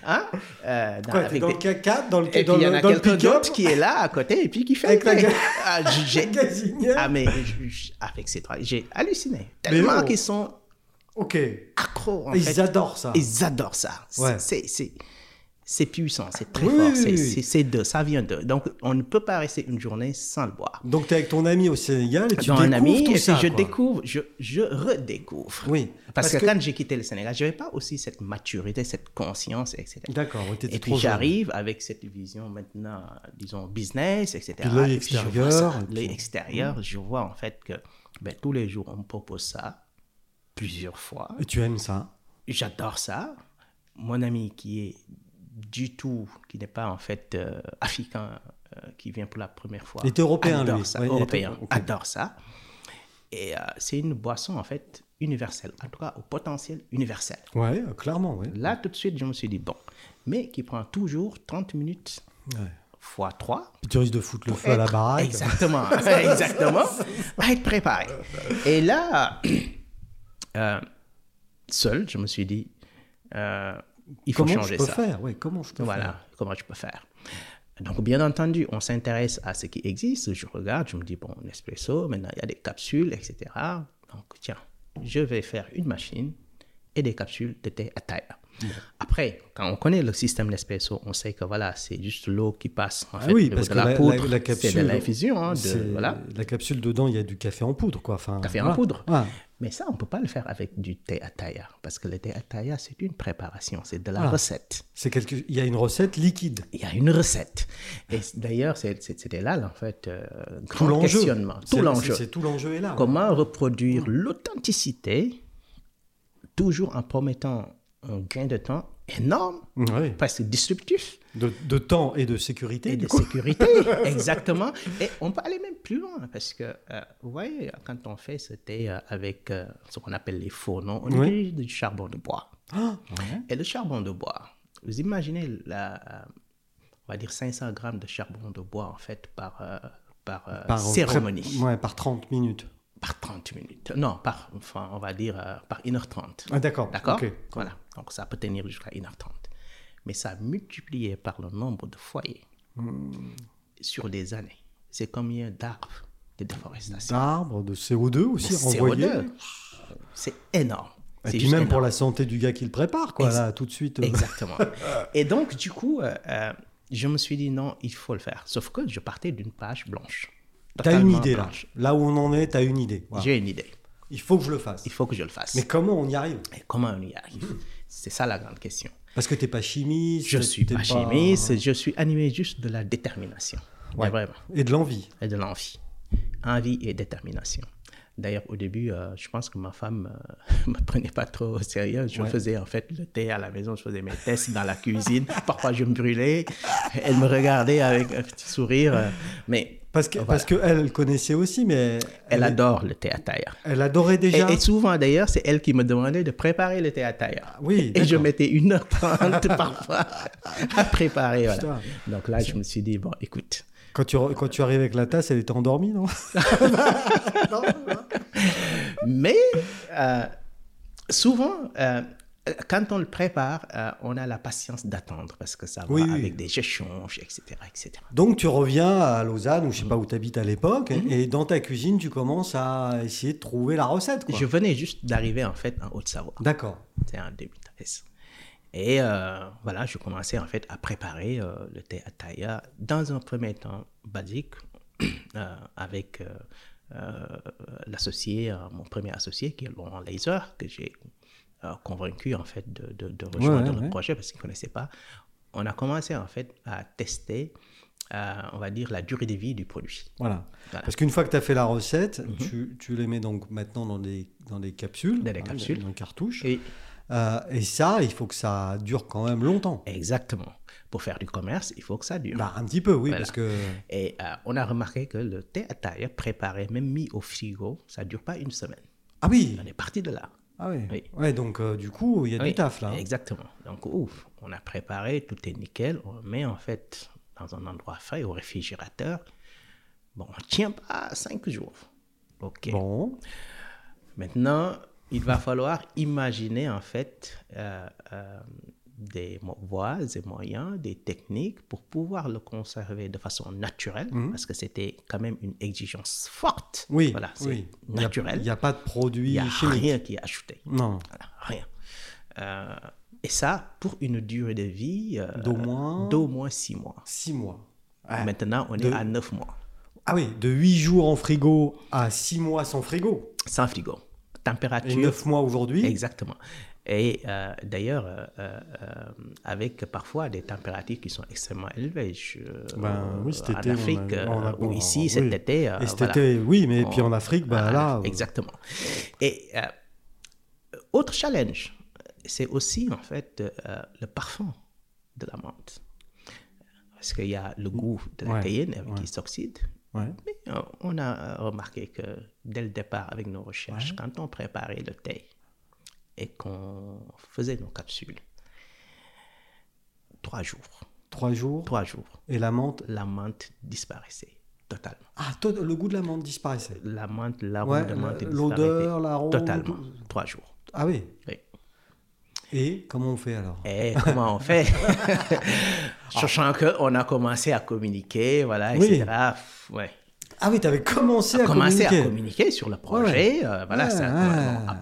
S2: hein? Euh, dans-
S1: Quoi, t'es
S2: avec
S1: dans
S2: des-
S1: le caca, dans le,
S2: Et puis
S1: dans
S2: il y en
S1: le-
S2: a
S1: dans le
S2: quelqu'un
S1: pick-up
S2: d'autre qui est là à côté et puis qui fait.
S1: Avec la
S2: le-
S1: gueule.
S2: Ah, j'ai-
S1: Gazinière.
S2: ah, mais je- je- avec ces trois, j'ai halluciné.
S1: Mais
S2: Tellement
S1: oh.
S2: qu'ils sont
S1: Ok.
S2: accros en
S1: Ils
S2: fait.
S1: adorent ça.
S2: Ils adorent ça. C'est-
S1: Ouais.
S2: C'est, c'est, c'est puissant, c'est très
S1: Oui,
S2: fort,
S1: oui,
S2: c'est,
S1: oui.
S2: c'est- c'est d'eux, ça vient d'eux. Donc, on ne peut pas rester une journée sans le boire.
S1: Donc, tu es avec ton ami au Sénégal et tu
S2: Dans
S1: découvres
S2: un ami,
S1: tout
S2: et puis
S1: ça.
S2: je
S1: quoi.
S2: découvre, je, je redécouvre.
S1: Oui.
S2: Parce, que, quand j'ai quitté le Sénégal, je n'avais pas aussi cette maturité, cette conscience, etc.
S1: D'accord, ouais, t'étais
S2: Et puis
S1: trop jeune.
S2: j'arrive avec cette vision maintenant, disons, business, etc.
S1: Puis l'œil
S2: Et puis, je vois ça,
S1: extérieur, et
S2: L'œil
S1: puis-
S2: extérieur, je vois en fait que ben, tous les jours, on me propose ça plusieurs fois.
S1: Et tu aimes ça
S2: j'adore ça. Mon ami qui est du tout, qui n'est pas en fait euh, africain, euh, qui vient pour la première fois.
S1: Il était européen,
S2: adore
S1: lui.
S2: Ça,
S1: Ouais, il était-
S2: européen,
S1: ok.
S2: adore ça. Et euh, c'est une boisson en fait universelle, en tout cas au potentiel universel.
S1: Ouais, euh, clairement, ouais.
S2: Là, tout de suite, je me suis dit, bon, mais qui prend toujours 30 minutes
S1: Ouais.
S2: fois 3
S1: Puis tu risques de foutre le feu à la
S2: être-
S1: baraque.
S2: Exactement, exactement. À être préparé. Et là, euh, seul, je me suis dit, euh, il faut
S1: Comment je
S2: changer
S1: peux
S2: ça.
S1: faire Ouais, comment je peux
S2: Voilà,
S1: faire
S2: comment je peux faire. Donc, bien entendu, on s'intéresse à ce qui existe. Je regarde, je me dis, bon, Nespresso, maintenant, il y a des capsules, etc. Donc, tiens, je vais faire une machine et des capsules de thé à taille. Après, quand on connaît le système Nespresso, on sait que voilà, c'est juste l'eau qui passe. En
S1: Ah
S2: fait,
S1: oui,
S2: de-
S1: parce
S2: de
S1: que
S2: la,
S1: la, la-
S2: poudre,
S1: la
S2: c'est
S1: capsule,
S2: de l'infusion. hein, de-
S1: c'est-
S2: voilà,
S1: la capsule dedans, il y a du café en poudre, quoi. Enfin,
S2: café en
S1: voilà.
S2: poudre.
S1: Ah,
S2: Mais ça, on ne peut pas le faire avec du thé à taille, parce que le thé à taille, c'est une préparation, c'est de la
S1: Voilà.
S2: recette.
S1: c'est quelque... Il y a une recette liquide.
S2: il y a une recette. Et c- d'ailleurs, c'est- c'est- c'était là, en fait, euh,
S1: Tout
S2: grand
S1: l'enjeu.
S2: questionnement.
S1: C'est-
S2: Tout
S1: c'est-
S2: l'enjeu.
S1: C'est tout l'enjeu est là.
S2: Comment reproduire l'authenticité, toujours en promettant un gain de temps énorme,
S1: Ouais.
S2: presque disruptif,
S1: De, de temps et de sécurité.
S2: et
S1: du
S2: de
S1: coup.
S2: sécurité, exactement. Et on peut aller même plus loin, parce que, euh, vous voyez, quand on fait ce thé euh, avec euh, ce qu'on appelle les fourneaux, on
S1: Ouais.
S2: utilise du charbon de bois.
S1: Ah,
S2: Et le charbon de bois, vous imaginez, la, euh, on va dire 500 grammes de charbon de bois, en fait, par, euh, par, euh,
S1: par-
S2: cérémonie.
S1: Ouais, par 30 minutes.
S2: Par 30 minutes. Non, par, enfin, on va dire euh, par 1h30.
S1: Ah, d'accord.
S2: D'accord
S1: ok.
S2: Voilà. Donc, ça peut tenir jusqu'à 1h30. mais ça multiplié par le nombre de foyers
S1: Hmm.
S2: sur des années. C'est combien d'arbres de déforestation
S1: D'arbres, de CO2 aussi
S2: Le
S1: renvoyés.
S2: CO2, C'est énorme.
S1: Et
S2: C'est
S1: puis
S2: juste
S1: même
S2: énorme.
S1: pour la santé du gars qui le prépare, quoi,
S2: Ex-
S1: là, tout de suite. euh,
S2: Exactement. Et donc, du coup, euh, euh, je me suis dit non, il faut le faire. Sauf que je partais d'une page blanche.
S1: T'as une
S2: Totalement
S1: idée, là.
S2: blanche.
S1: Là où on en est, t'as une idée. Voilà.
S2: J'ai une idée.
S1: Il faut que je le fasse.
S2: Il faut que je le fasse.
S1: Mais comment on y arrive
S2: Et comment on y arrive C'est ça la grande question.
S1: Parce que t'es pas chimiste.
S2: Hmm. Je suis
S1: t'es
S2: pas chimiste, je suis animé juste de la détermination.
S1: Ouais.
S2: Mais Vraiment.
S1: Et de l'envie.
S2: Et de l'envie. Envie et détermination. D'ailleurs, au début, euh, je pense que ma femme ne me prenait pas trop au sérieux. Je
S1: Ouais.
S2: faisais en fait le thé à la maison, je faisais mes tests dans la cuisine. Parfois, je me brûlais. Elle me regardait avec un petit sourire. euh, Mais
S1: Parce que,
S2: Voilà.
S1: parce que elle connaissait aussi, mais
S2: elle adore le thé à tailleur.
S1: elle adorait
S2: Et,
S1: déjà.
S2: et souvent, d'ailleurs, c'est elle qui me demandait de préparer le thé à tailleur.
S1: Oui,
S2: Et je
S1: d'accord.
S2: mettais 1h30 parfois à préparer. voilà.
S1: Putain.
S2: Donc là, je me suis dit, bon, écoute,
S1: Quand tu, re- quand tu arrives avec la tasse, elle était endormie, non
S2: Mais euh, souvent, euh, quand on le prépare, euh, on a la patience d'attendre parce que ça va
S1: Oui, oui.
S2: avec des échanges, etc., etc.
S1: Donc tu reviens à Lausanne, ou je sais pas où tu habites à l'époque,
S2: Mhm.
S1: et dans ta cuisine, tu commences à essayer de trouver la recette. quoi.
S2: Je venais juste d'arriver en fait en Haute-Savoie,
S1: D'accord.
S2: c'était en 2013. Et euh, voilà, je commençais en fait à préparer euh, le thé à Thaïa dans un premier temps basique euh, avec euh, euh, l'associé, euh, mon premier associé qui est Laurent Laser, que j'ai euh, convaincu en fait de, de- de rejoindre
S1: ouais,
S2: le
S1: ouais.
S2: projet parce qu'il ne connaissait pas. On a commencé en fait à tester, euh, on va dire, la durée de vie du produit.
S1: Voilà.
S2: Voilà.
S1: Parce qu'une fois que tu as fait la recette, tu, tu les mets donc maintenant dans des, dans des capsules,
S2: Mhm. Dans des
S1: hein,
S2: capsules.
S1: dans des cartouches.
S2: Et
S1: Euh, et ça, il faut que ça dure quand même longtemps.
S2: exactement, pour faire du commerce, il faut que ça dure.
S1: Bah, un petit peu, oui,
S2: Voilà.
S1: parce que
S2: Et euh, on a remarqué que le thé à taille préparé, même mis au frigo, ça ne dure pas une semaine.
S1: ah oui,
S2: On est parti de là.
S1: ah oui.
S2: Oui.
S1: Ouais, donc euh, du coup, il y a du
S2: Oui,
S1: taf là. hein.
S2: Exactement. Donc, ouf, on a préparé, tout est nickel. On le met en fait dans un endroit frais, au réfrigérateur. Bon, on ne tient pas cinq jours. OK.
S1: Bon,
S2: Maintenant, il va falloir imaginer en fait euh, euh, des mo- voies, des moyens, des techniques pour pouvoir le conserver de façon naturelle, parce que c'était quand même une exigence forte.
S1: Mhm. oui,
S2: voilà, c'est
S1: oui. Il y a-
S2: naturel.
S1: Il n'y a pas de
S2: Il
S1: produit
S2: n'y a,
S1: chimique.
S2: rien qui est ajouté.
S1: Non,
S2: Voilà, rien. Euh, et ça, pour une durée de vie euh,
S1: D'au moins-
S2: d'au moins six mois.
S1: six mois. Ouais.
S2: Maintenant, on
S1: De-
S2: est à neuf mois,
S1: Ah oui, de 8 jours en frigo à 6 mois sans frigo.
S2: sans frigo.
S1: Et
S2: Température
S1: 9 mois aujourd'hui.
S2: Exactement. Et euh, d'ailleurs, euh, euh, euh, avec parfois des températures qui sont extrêmement élevées. je-
S1: Ben, oui, cet
S2: en
S1: été, on a-
S2: Afrique, euh,
S1: on a-
S2: ou
S1: on-
S2: ici,
S1: oui.
S2: cet été. euh,
S1: Et cet
S2: voilà.
S1: été, oui, mais puis
S2: On-
S1: en Afrique, bah
S2: Ah,
S1: là.
S2: Exactement. Et euh, autre challenge, c'est aussi en fait euh, le parfum de la menthe. Parce qu'il y a le goût de la
S1: Ouais,
S2: cayenne avec
S1: ouais.
S2: qui s'oxyde.
S1: ouais.
S2: Mais euh, on a euh, remarqué que dès le départ, avec nos recherches, quand on préparait le thé et qu'on faisait nos capsules, trois jours,
S1: 3 jours.
S2: trois jours,
S1: Et la menthe.
S2: la menthe disparaissait totalement.
S1: Ah, to- le goût de la menthe disparaissait.
S2: La menthe, l'arôme
S1: Ouais,
S2: de menthe
S1: la-
S2: disparaissait
S1: l'odeur, l'arôme.
S2: Totalement, trois jours.
S1: Ah oui.
S2: Oui.
S1: Et comment on fait alors
S2: Et comment on fait Sachant qu'on a commencé à communiquer, voilà,
S1: Oui.
S2: etc. Pff, Ouais.
S1: Ah oui, t'avais commencé à
S2: commencer
S1: communiquer.
S2: à communiquer sur le projet. euh, voilà,
S1: Ouais,
S2: ça-
S1: ouais.
S2: on a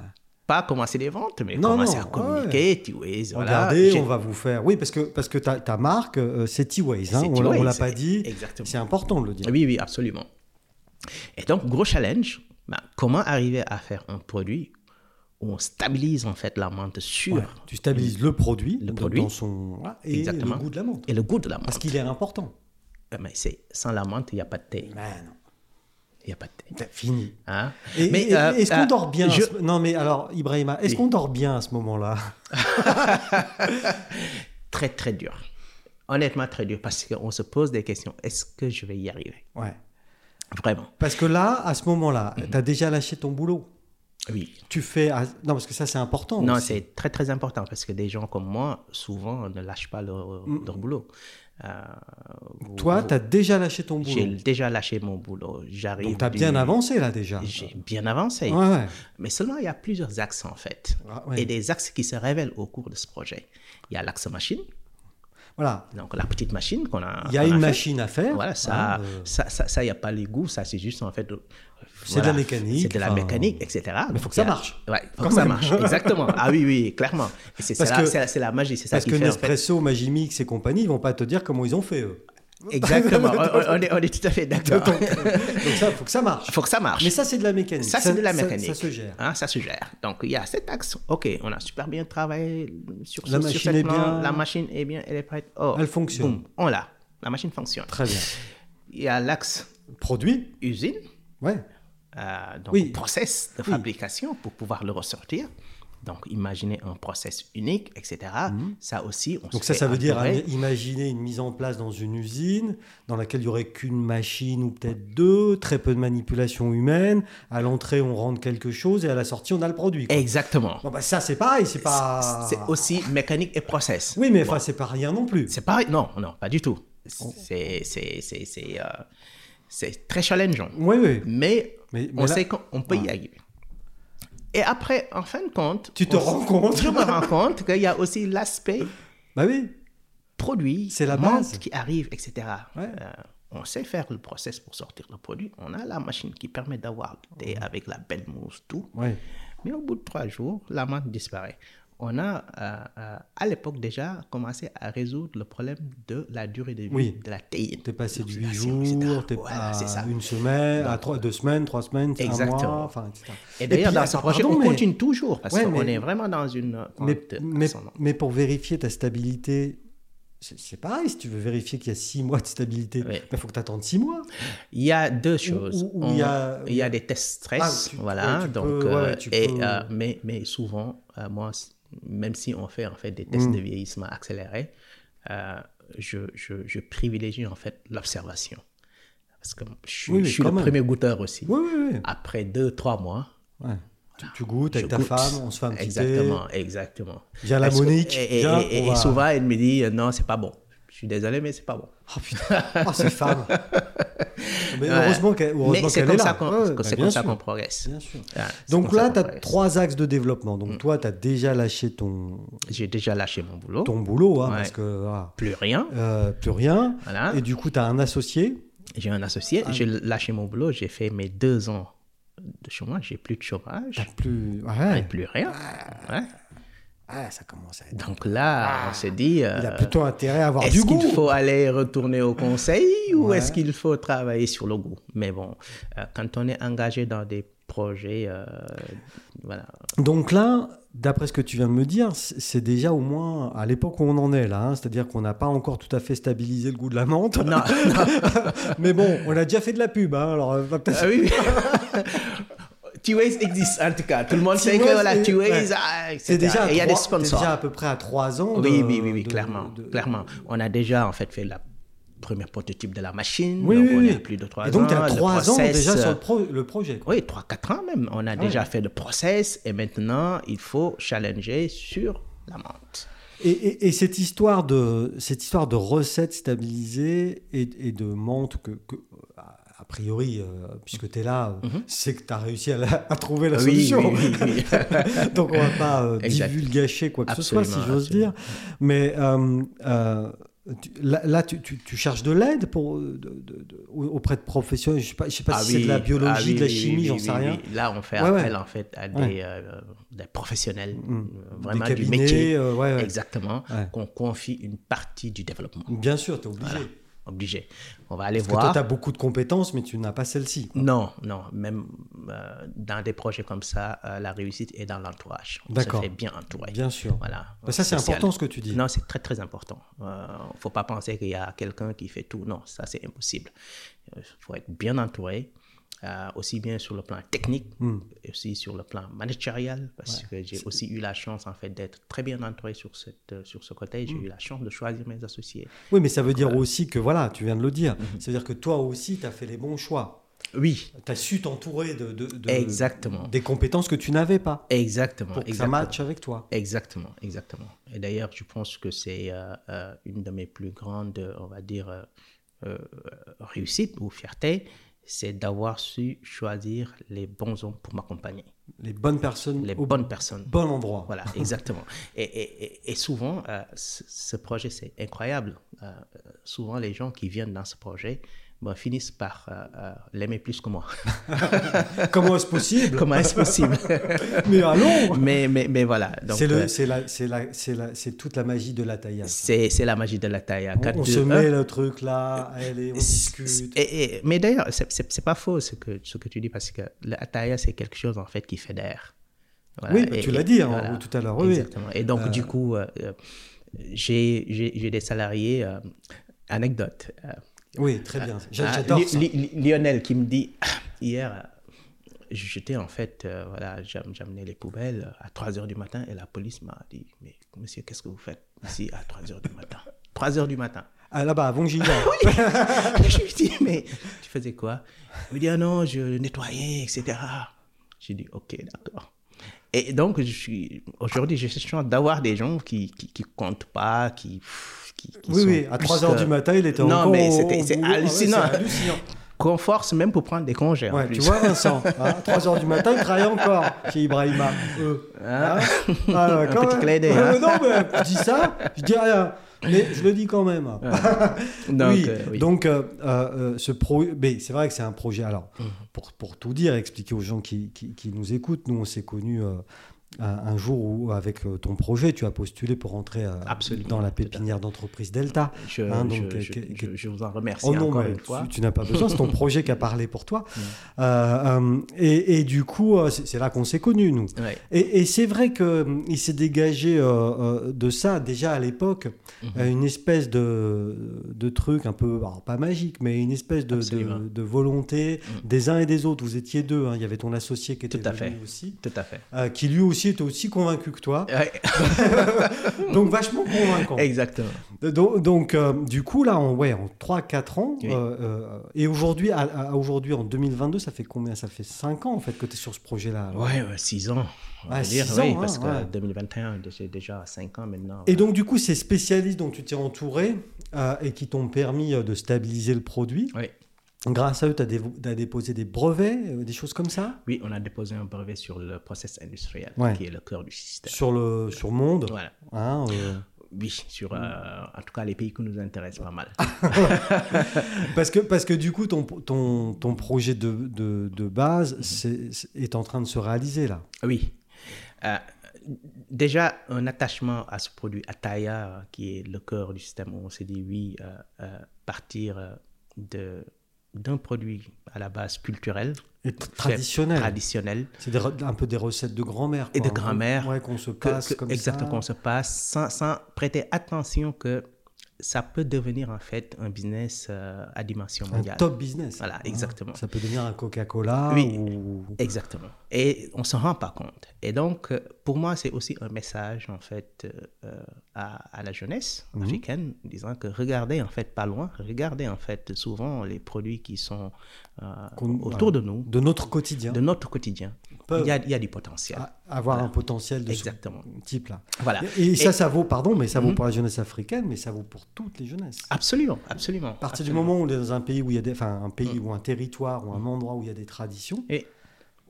S2: pas commencer les ventes, mais
S1: Non,
S2: commencer
S1: non,
S2: à communiquer, tu vois, voilà.
S1: Regardez,
S2: J'ai-
S1: on va vous faire. Oui, parce que, parce que ta, ta marque, euh, c'est T-Ways. hein,
S2: C'est
S1: on ne
S2: T-Ways,
S1: l'a pas dit.
S2: exactement. Ah
S1: C'est important de le dire.
S2: Oui, oui, absolument. Et donc, gros challenge, ben, comment arriver à faire un produit où on stabilise en fait la menthe sur
S1: Ouais, Tu stabilises le produit,
S2: Le
S1: dans-
S2: produit.
S1: dans son. voilà, et
S2: Exactement.
S1: le goût de la menthe.
S2: et le goût de la menthe.
S1: Parce qu'il est important.
S2: Euh, Mais c'est sans la menthe, il n'y a pas de thé.
S1: Ben non,
S2: Il n'y a pas de thé.
S1: t'as fini.
S2: Hein?
S1: Et-
S2: Mais,
S1: et-
S2: euh,
S1: est-ce qu'on
S2: euh,
S1: dort bien à
S2: je-
S1: ce- Non, mais alors, Ibrahima, est-ce qu'on dort bien à ce moment-là
S2: Très, très dur. Honnêtement, très dur parce qu'on se pose des questions. Est-ce que je vais y arriver
S1: Ouais.
S2: Vraiment
S1: Parce que là, à ce moment-là,
S2: Mm-hmm.
S1: t'as déjà lâché ton boulot.
S2: Oui.
S1: Tu fais. à- Non, parce que ça, c'est important.
S2: Non,
S1: aussi.
S2: c'est très très important parce que des gens comme moi, souvent, ne lâchent pas leur, leur boulot. Euh, vous-
S1: Mm. Toi,
S2: vous-
S1: t'as déjà lâché ton
S2: j'ai
S1: boulot.
S2: déjà lâché mon boulot. J'arrive.
S1: Donc, t'as
S2: du-
S1: bien avancé là déjà.
S2: J'ai bien avancé.
S1: Ouais, ouais.
S2: Mais seulement, il y a plusieurs axes en fait.
S1: Ah, ouais.
S2: Et des axes qui se révèlent au cours de ce projet. Il y a l'axe machine,
S1: Voilà.
S2: Donc la petite machine qu'on a.
S1: Il y a
S2: qu'on
S1: une
S2: fait.
S1: machine à faire.
S2: Voilà, ça,
S1: hein, euh,
S2: ça, ça, ça, y a pas les goûts, ça, c'est juste en fait. euh,
S1: C'est de la mécanique,
S2: C'est de la
S1: enfin,
S2: mécanique, etc.
S1: mais faut
S2: Donc,
S1: que ça
S2: il y a-
S1: marche.
S2: Ouais, faut
S1: Quand
S2: que ça
S1: même.
S2: marche, exactement. Ah oui, oui, clairement. Et c'est, c'est
S1: Parce
S2: la,
S1: que-
S2: c'est la- c'est la magie, c'est ça
S1: parce
S2: qui
S1: que
S2: fait. en fait.
S1: Nespresso, Magimix et compagnie, ils vont pas te dire comment ils ont fait eux.
S2: Exactement, on, on est, on est tout à fait d'accord.
S1: Donc ça, faut que ça marche.
S2: Il faut que ça marche.
S1: Mais ça, c'est de la mécanique.
S2: Ça, c'est de la mécanique.
S1: Ça, se gère.
S2: Hein, ça se gère. Donc, il y a cet axe. OK, on a super bien travaillé sur, ce-
S1: La
S2: sur
S1: machine
S2: cette
S1: est
S2: plan.
S1: bien.
S2: La machine est bien, elle est prête. Oh,
S1: Elle fonctionne.
S2: boum, on l'a. La machine fonctionne.
S1: Très bien.
S2: Il y a l'axe
S1: Produit,
S2: usine,
S1: ouais.
S2: euh, donc
S1: Oui.
S2: process de
S1: Oui.
S2: fabrication pour pouvoir le ressortir. Donc, imaginez un process unique, etc. Ça aussi, on
S1: Mhm. Donc
S2: se
S1: ça,
S2: fait
S1: ça veut dire
S2: entourer.
S1: hein, imaginer une mise en place dans une usine dans laquelle il n'y aurait qu'une machine ou peut-être deux, très peu de manipulation humaine. À l'entrée, on rentre quelque chose et à la sortie, on a le produit. quoi.
S2: Exactement.
S1: Bon, bah, ça, c'est pareil, c'est pas.
S2: C'est aussi mécanique et process.
S1: Oui, mais enfin, c'est pas rien non plus.
S2: C'est pareil. Non, non, pas du tout.
S1: Oh.
S2: C'est c'est- c'est- c'est, euh, c'est très challengeant.
S1: Oui, oui.
S2: Mais,
S1: Mais- mais
S2: on
S1: là-
S2: sait qu'on peut y arriver. Et après, en fin de compte...
S1: Tu te
S2: on-
S1: rends compte
S2: Je me rends compte qu'il y a aussi l'aspect
S1: Bah oui.
S2: produit,
S1: C'est la
S2: montre
S1: base.
S2: qui arrive, etc.
S1: Ouais.
S2: Euh, on sait faire le process pour sortir le produit. On a la machine qui permet d'avoir le thé avec la belle mousse, tout.
S1: Ouais.
S2: Mais au bout de trois jours, la marque disparaît. On a, euh, euh, à l'époque déjà, commencé à résoudre le problème de la durée de vie
S1: Oui.
S2: de la théine.
S1: T'es passé de
S2: Donc,
S1: 8
S2: c'est la science, etc.
S1: jours, t'es
S2: Voilà,
S1: pas
S2: c'est ça.
S1: à une semaine, à
S2: Donc,
S1: trois, deux semaines, trois semaines, un
S2: Exactement.
S1: mois, enfin, etc.
S2: Et d'ailleurs,
S1: puis,
S2: dans ce
S1: attends,
S2: projet,
S1: pardon,
S2: on
S1: mais-
S2: continue toujours parce
S1: Ouais,
S2: qu'on
S1: mais-
S2: est vraiment dans une. euh,
S1: Mais,
S2: pente
S1: mais,
S2: ascendante.
S1: mais pour vérifier ta stabilité, c'est c'est pareil, si tu veux vérifier qu'il y a six mois de stabilité, il
S2: Oui.
S1: faut que tu attendes six mois.
S2: Il y a deux choses.
S1: ou
S2: On-
S1: il y a-
S2: il y a des tests stress,
S1: Euh, Ah, tu-
S2: voilà.
S1: ouais, tu
S2: donc,
S1: peux-
S2: euh,
S1: ouais, tu
S2: et,
S1: peux-
S2: euh, mais, mais souvent, euh, moi, c- même si on fait en fait des tests
S1: Mm.
S2: de vieillissement accélérés, euh, je, je, je privilégie en fait l'observation. Parce que je, suis-
S1: Oui,
S2: je
S1: oui,
S2: suis
S1: quand
S2: le
S1: même.
S2: premier goûteur aussi.
S1: Oui, oui, oui.
S2: Après deux, trois mois,
S1: Ouais. Tu, tu goûttes avec
S2: je
S1: ta
S2: goûte.
S1: femme, on se fait un petit
S2: Exactement, exactement.
S1: thé. Viens la
S2: Parce que-
S1: Monique.
S2: Et, et-
S1: viens,
S2: et-
S1: on
S2: et
S1: va-
S2: souvent, elle me dit, euh, non, c'est pas bon. Je suis désolé, mais c'est pas bon.
S1: Oh putain, oh, ces femmes. Mais
S2: Ouais.
S1: heureusement qu'elle heureusement
S2: Mais c'est
S1: qu'elle
S2: comme
S1: est là.
S2: ça qu'on
S1: Ouais,
S2: c'est
S1: bah,
S2: comme
S1: bien
S2: ça
S1: sûr.
S2: qu'on progresse.
S1: Bien sûr.
S2: Ouais, c'est
S1: Donc
S2: comme ça
S1: là,
S2: qu'on Mm.
S1: tu as
S2: progresse.
S1: trois axes de développement. Donc toi, tu as déjà lâché ton,
S2: J'ai déjà lâché mon boulot.
S1: ton
S2: Oh.
S1: boulot, hein,
S2: Ouais. Hein
S1: parce que ah,
S2: Plus rien.
S1: euh, plus rien.
S2: Voilà.
S1: Et du coup, tu as un associé.
S2: J'ai un associé.
S1: Ah
S2: J'ai lâché mon boulot. J'ai fait mes deux ans de chômage. J'ai plus de
S1: T'as
S2: chômage.
S1: plus.
S2: Et
S1: Ouais.
S2: plus rien. Ouais.
S1: Ah, ça commence à être.
S2: Donc là, on s'est dit.
S1: Ah. Il a
S2: euh,
S1: plutôt intérêt à avoir du
S2: Est-ce
S1: goût.
S2: qu'il faut aller retourner au conseil ou
S1: Ouais.
S2: est-ce qu'il faut travailler sur le goût Mais bon, euh, quand on est engagé dans des projets, euh, voilà.
S1: Donc là, d'après ce que tu viens de me dire, c- c'est déjà au moins à l'époque où on en est là. hein. C'est-à-dire qu'on n'a pas encore tout à fait stabilisé le goût de la menthe.
S2: Non, non.
S1: Mais bon, on a déjà fait de la pub. hein, Alors, euh, va peut-être.
S2: Ah oui. T-Ways existe en tout cas. Tout le monde sait que
S1: T-Ways
S2: voilà,
S1: est-
S2: T-Ways,
S1: ouais.
S2: ah, etc.
S1: C'est déjà, à
S2: Et il y a des
S1: trois- t'es
S2: sponsors.
S1: déjà à peu près à trois ans. de-
S2: Oui, oui, oui, oui,
S1: de-
S2: clairement,
S1: de-
S2: clairement. On a déjà en fait fait la première prototype de la machine.
S1: Oui,
S2: donc
S1: oui,
S2: on
S1: oui.
S2: est à plus de trois ans.
S1: Et donc, tu as
S2: le
S1: trois ans
S2: process,
S1: déjà sur Ah
S2: euh,
S1: le, pro- le projet. quoi.
S2: Oui, trois, quatre ans même. On a déjà fait le process et maintenant il faut challenger sur la menthe.
S1: Et, et- et cette histoire de cette histoire de recettes stabilisées et, et de menthe que, que, a priori, euh, puisque tu es là, euh, c'est que tu as réussi à, la- à trouver la
S2: Mhm. Ah Oui,
S1: solution.
S2: oui, oui, oui.
S1: Donc on va pas euh,
S2: Exact.
S1: divulgacher quoi que ce soit, si
S2: Absolument,
S1: j'ose dire. Mais euh, euh, tu- là, là, tu, tu- tu cherches de l'aide pour euh, de- de- de- auprès de professionnels. Je sais pas, je sais pas
S2: Ah
S1: si c'est
S2: oui,
S1: de la biologie,
S2: ah oui,
S1: de la
S2: oui,
S1: chimie,
S2: oui,
S1: j'en
S2: oui,
S1: sais
S2: oui,
S1: rien.
S2: oui. Là, on fait
S1: Ouais,
S2: appel
S1: ouais.
S2: en fait à des,
S1: Ouais. Mm,
S2: euh, des professionnels, euh,
S1: Des
S2: vraiment du
S1: cabinets,
S2: métier,
S1: euh, ouais, ouais.
S2: exactement,
S1: Ouais.
S2: qu'on confie une partie du développement.
S1: Bien sûr, tu es obligé.
S2: Obligé. On va aller
S1: Parce que
S2: voir.
S1: toi, tu as beaucoup de compétences, mais tu n'as pas celle-ci. quoi.
S2: Non, non. Même euh, dans des projets comme ça, euh, la réussite est dans l'entourage. On se
S1: D'accord.
S2: fait bien entouré.
S1: Bien sûr.
S2: Voilà.
S1: Bah, ça, c'est
S2: Social.
S1: important ce que tu dis.
S2: Non, c'est très, très important. Il ne faut pas penser qu'il y a quelqu'un qui fait tout. Non, ça, c'est impossible. Il faut être bien entouré, euh, aussi bien sur le plan technique,
S1: Hmm.
S2: et aussi sur le plan managérial, parce que j'ai aussi eu la chance, en fait, d'être très bien entouré sur, cette, euh, sur ce côté.
S1: Hmm.
S2: J'ai eu la chance de choisir mes associés.
S1: Oui, mais ça veut dire aussi que, voilà, tu viens de le dire,
S2: Mhm.
S1: ça veut dire que toi aussi, tu as fait les bons choix.
S2: Oui,
S1: Tu as su t'entourer de, de- de-
S2: exactement.
S1: des compétences que tu n'avais pas
S2: Exactement.
S1: pour que ça
S2: exactement.
S1: matche avec toi.
S2: Exactement, exactement. Et d'ailleurs, je pense que c'est euh, euh, une de mes plus grandes, euh, on va dire, euh, euh, réussites ou fiertés, c'est d'avoir su choisir les bons hommes pour m'accompagner.
S1: Les bonnes personnes
S2: les
S1: au
S2: bonnes personnes.
S1: bon endroit.
S2: Voilà, exactement. Et, et- et- et souvent, euh, ce ce projet, c'est incroyable. Euh, euh, souvent, les gens qui viennent dans ce projet ben, finissent par euh, euh, l'aimer plus que moi.
S1: Comment est-ce possible
S2: Comment est-ce possible
S1: Mais allons
S2: mais, mais, mais voilà. Donc,
S1: C'est
S2: euh,
S1: le- c'est la- c'est la- c'est la- c'est toute la magie de la taillade.
S2: c'est c'est la magie de la taille. à
S1: On,
S2: quatre,
S1: on
S2: deux,
S1: se
S2: un.
S1: met le truc là, allez, on
S2: C'est-
S1: discute.
S2: et- et- mais d'ailleurs, c'est- c'est c'est pas faux ce que, ce que tu dis parce que l'Ataya, c'est quelque chose en fait qui fédère. Voilà,
S1: Oui, bah,
S2: et-
S1: tu
S2: et-
S1: l'as dit en-
S2: voilà,
S1: tout à l'heure, oui, oui.
S2: Exactement. Et donc, du coup, euh, euh, j'ai j'ai- j'ai des salariés. euh, anecdote. euh,
S1: Oui, très bien. J'a-
S2: ah,
S1: J'adore
S2: Li-
S1: ça.
S2: Li- Li- Lionel qui me dit hier, euh, j'étais en fait, euh, voilà, j'am- j'amenais les poubelles euh, à 3 heures du matin et la police m'a dit Mais monsieur, qu'est-ce que vous faites ici à 3 heures du matin 3 heures du matin.
S1: Ah, là-bas, avant que j'y aille.
S2: je lui dis, mais tu faisais quoi Il me dit, ah non, je le nettoyais, etc. J'ai dit, ok, d'accord. Et donc, je suis, aujourd'hui, j'ai cette chance d'avoir des gens qui, qui, qui comptent pas, qui. qui, qui
S1: Oui,
S2: sont
S1: oui, à
S2: plus,
S1: 3 heures
S2: euh,
S1: du matin, il était
S2: non,
S1: encore
S2: mais
S1: au-
S2: c'était-
S1: au
S2: c'est
S1: boulot. Ah ouais,
S2: hallucinant.
S1: c'est hallucinant.
S2: Qu'on force même pour prendre des congés. en
S1: Ouais,
S2: plus.
S1: tu vois, Vincent, hein, à 3 heures du matin, il travaille encore chez Ibrahima. Euh,
S2: Hein
S1: hein Ah,
S2: Un
S1: quand
S2: petit
S1: même.
S2: clin d'œil,
S1: Ouais,
S2: hein.
S1: mais Non, mais je dis ça, je dis rien. Mais je le dis quand même.
S2: Donc,
S1: oui.
S2: euh, oui.
S1: donc euh, euh, euh, ce pro... mais c'est vrai que c'est un projet. Alors, pour, pour tout dire, expliquer aux gens qui, qui- qui nous écoutent, nous, on s'est connus euh, un- un jour où, avec euh, ton projet, tu as postulé pour rentrer euh,
S2: Absolument,
S1: dans la
S2: tout à fait.
S1: pépinière d'entreprise Delta.
S2: je,
S1: hein, donc,
S2: je,
S1: euh,
S2: je-
S1: que-
S2: je- je vous en remercie
S1: Oh non,
S2: encore
S1: mais
S2: une
S1: tu-
S2: fois. Mm.
S1: tu, n'as pas besoin, c'est ton projet qui a parlé pour toi. Euh, euh, et, et du coup, euh, c'est c'est là qu'on s'est connus, nous.
S2: Ouais.
S1: Et, et c'est vrai qu'il s'est dégagé euh, euh, de ça déjà à l'époque,
S2: Mm-hmm.
S1: euh, une espèce de, de truc un peu, alors pas magique, mais une espèce de,
S2: Absolument. Mm.
S1: de- de volonté des uns et des autres. Vous étiez deux, hein. il y avait ton associé qui était
S2: Tout à
S1: venu
S2: fait. Eh
S1: aussi,
S2: Tout à fait.
S1: euh, qui lui aussi était aussi convaincu que toi,
S2: Ouais,
S1: donc vachement convaincant.
S2: Exactement.
S1: Donc, donc, euh, du coup, là, en, ouais, en 3-4 ans,
S2: Oui.
S1: euh, euh, et aujourd'hui, à- à- aujourd'hui, en 2022, ça fait combien Ça fait 5 ans, en fait, que tu es sur ce projet-là. alors.
S2: Ouais, 6 ans. On
S1: Ouais,
S2: va dire,
S1: six
S2: oui,
S1: ans, hein,
S2: parce
S1: ouais.
S2: que 2021, j'ai déjà 5 ans maintenant.
S1: Et donc, du coup, ces spécialistes dont tu t'es entouré euh, et qui t'ont permis euh, de stabiliser le produit,
S2: Oui.
S1: grâce à eux, tu as, déposé des brevets, euh, des choses comme ça,
S2: Oui, on a déposé un brevet sur le process industriel,
S1: Ouais.
S2: qui est le cœur du système.
S1: sur, le, sur Monde.
S2: Voilà.
S1: hein, euh.
S2: Oui, sur euh, en tout cas les pays qui nous intéressent pas mal.
S1: Ah. parce, que, parce que, du coup, ton, ton, ton projet de, de- de base
S2: Mm-hmm.
S1: c'est- c'est- est en train de se réaliser, là.
S2: Oui. Euh, déjà, un attachement à ce produit Ataya, euh, qui est le cœur du système, où on s'est dit, oui, euh, euh, partir euh, de d'un produit à la base culturel,
S1: Et tr- traditionnel.
S2: traditionnel,
S1: C'est des re- un peu des recettes de grand-mère.
S2: Et
S1: quoi,
S2: de
S1: un peu.
S2: grand-mère.
S1: Ouais, qu'on se
S2: que-
S1: passe
S2: que-
S1: comme
S2: exactement qu'on
S1: ça.
S2: se passe, sans, sans prêter attention que ça peut devenir en fait un business euh, à dimension
S1: Un
S2: mondiale.
S1: top business.
S2: Voilà,
S1: Hein,
S2: exactement.
S1: Ça peut devenir un Coca-Cola
S2: Oui.
S1: ou...
S2: Exactement. Et on s'en rend pas compte. Et donc, euh, pour moi, c'est aussi un message, en fait, euh, euh, à, à la jeunesse
S1: Mhm.
S2: africaine, disant que regardez, en fait, pas loin, regardez, en fait, souvent les produits qui sont euh,
S1: Qu'on-
S2: autour de nous,
S1: de notre quotidien.
S2: de notre quotidien.
S1: Peuvent-
S2: Il y, a, il y a du potentiel.
S1: à- avoir un potentiel Ah, de
S2: Exactement.
S1: ce type-là.
S2: Voilà. Mhm.
S1: Et, et ça, ça vaut, pardon, mais ça vaut pour la jeunesse africaine, mais ça vaut pour toutes les jeunesses.
S2: Absolument, Ah, absolument. Mhm.
S1: À partir du moment où on est dans un pays où il y a des, enfin, un pays ou un territoire ou un endroit où il y a des traditions,
S2: Et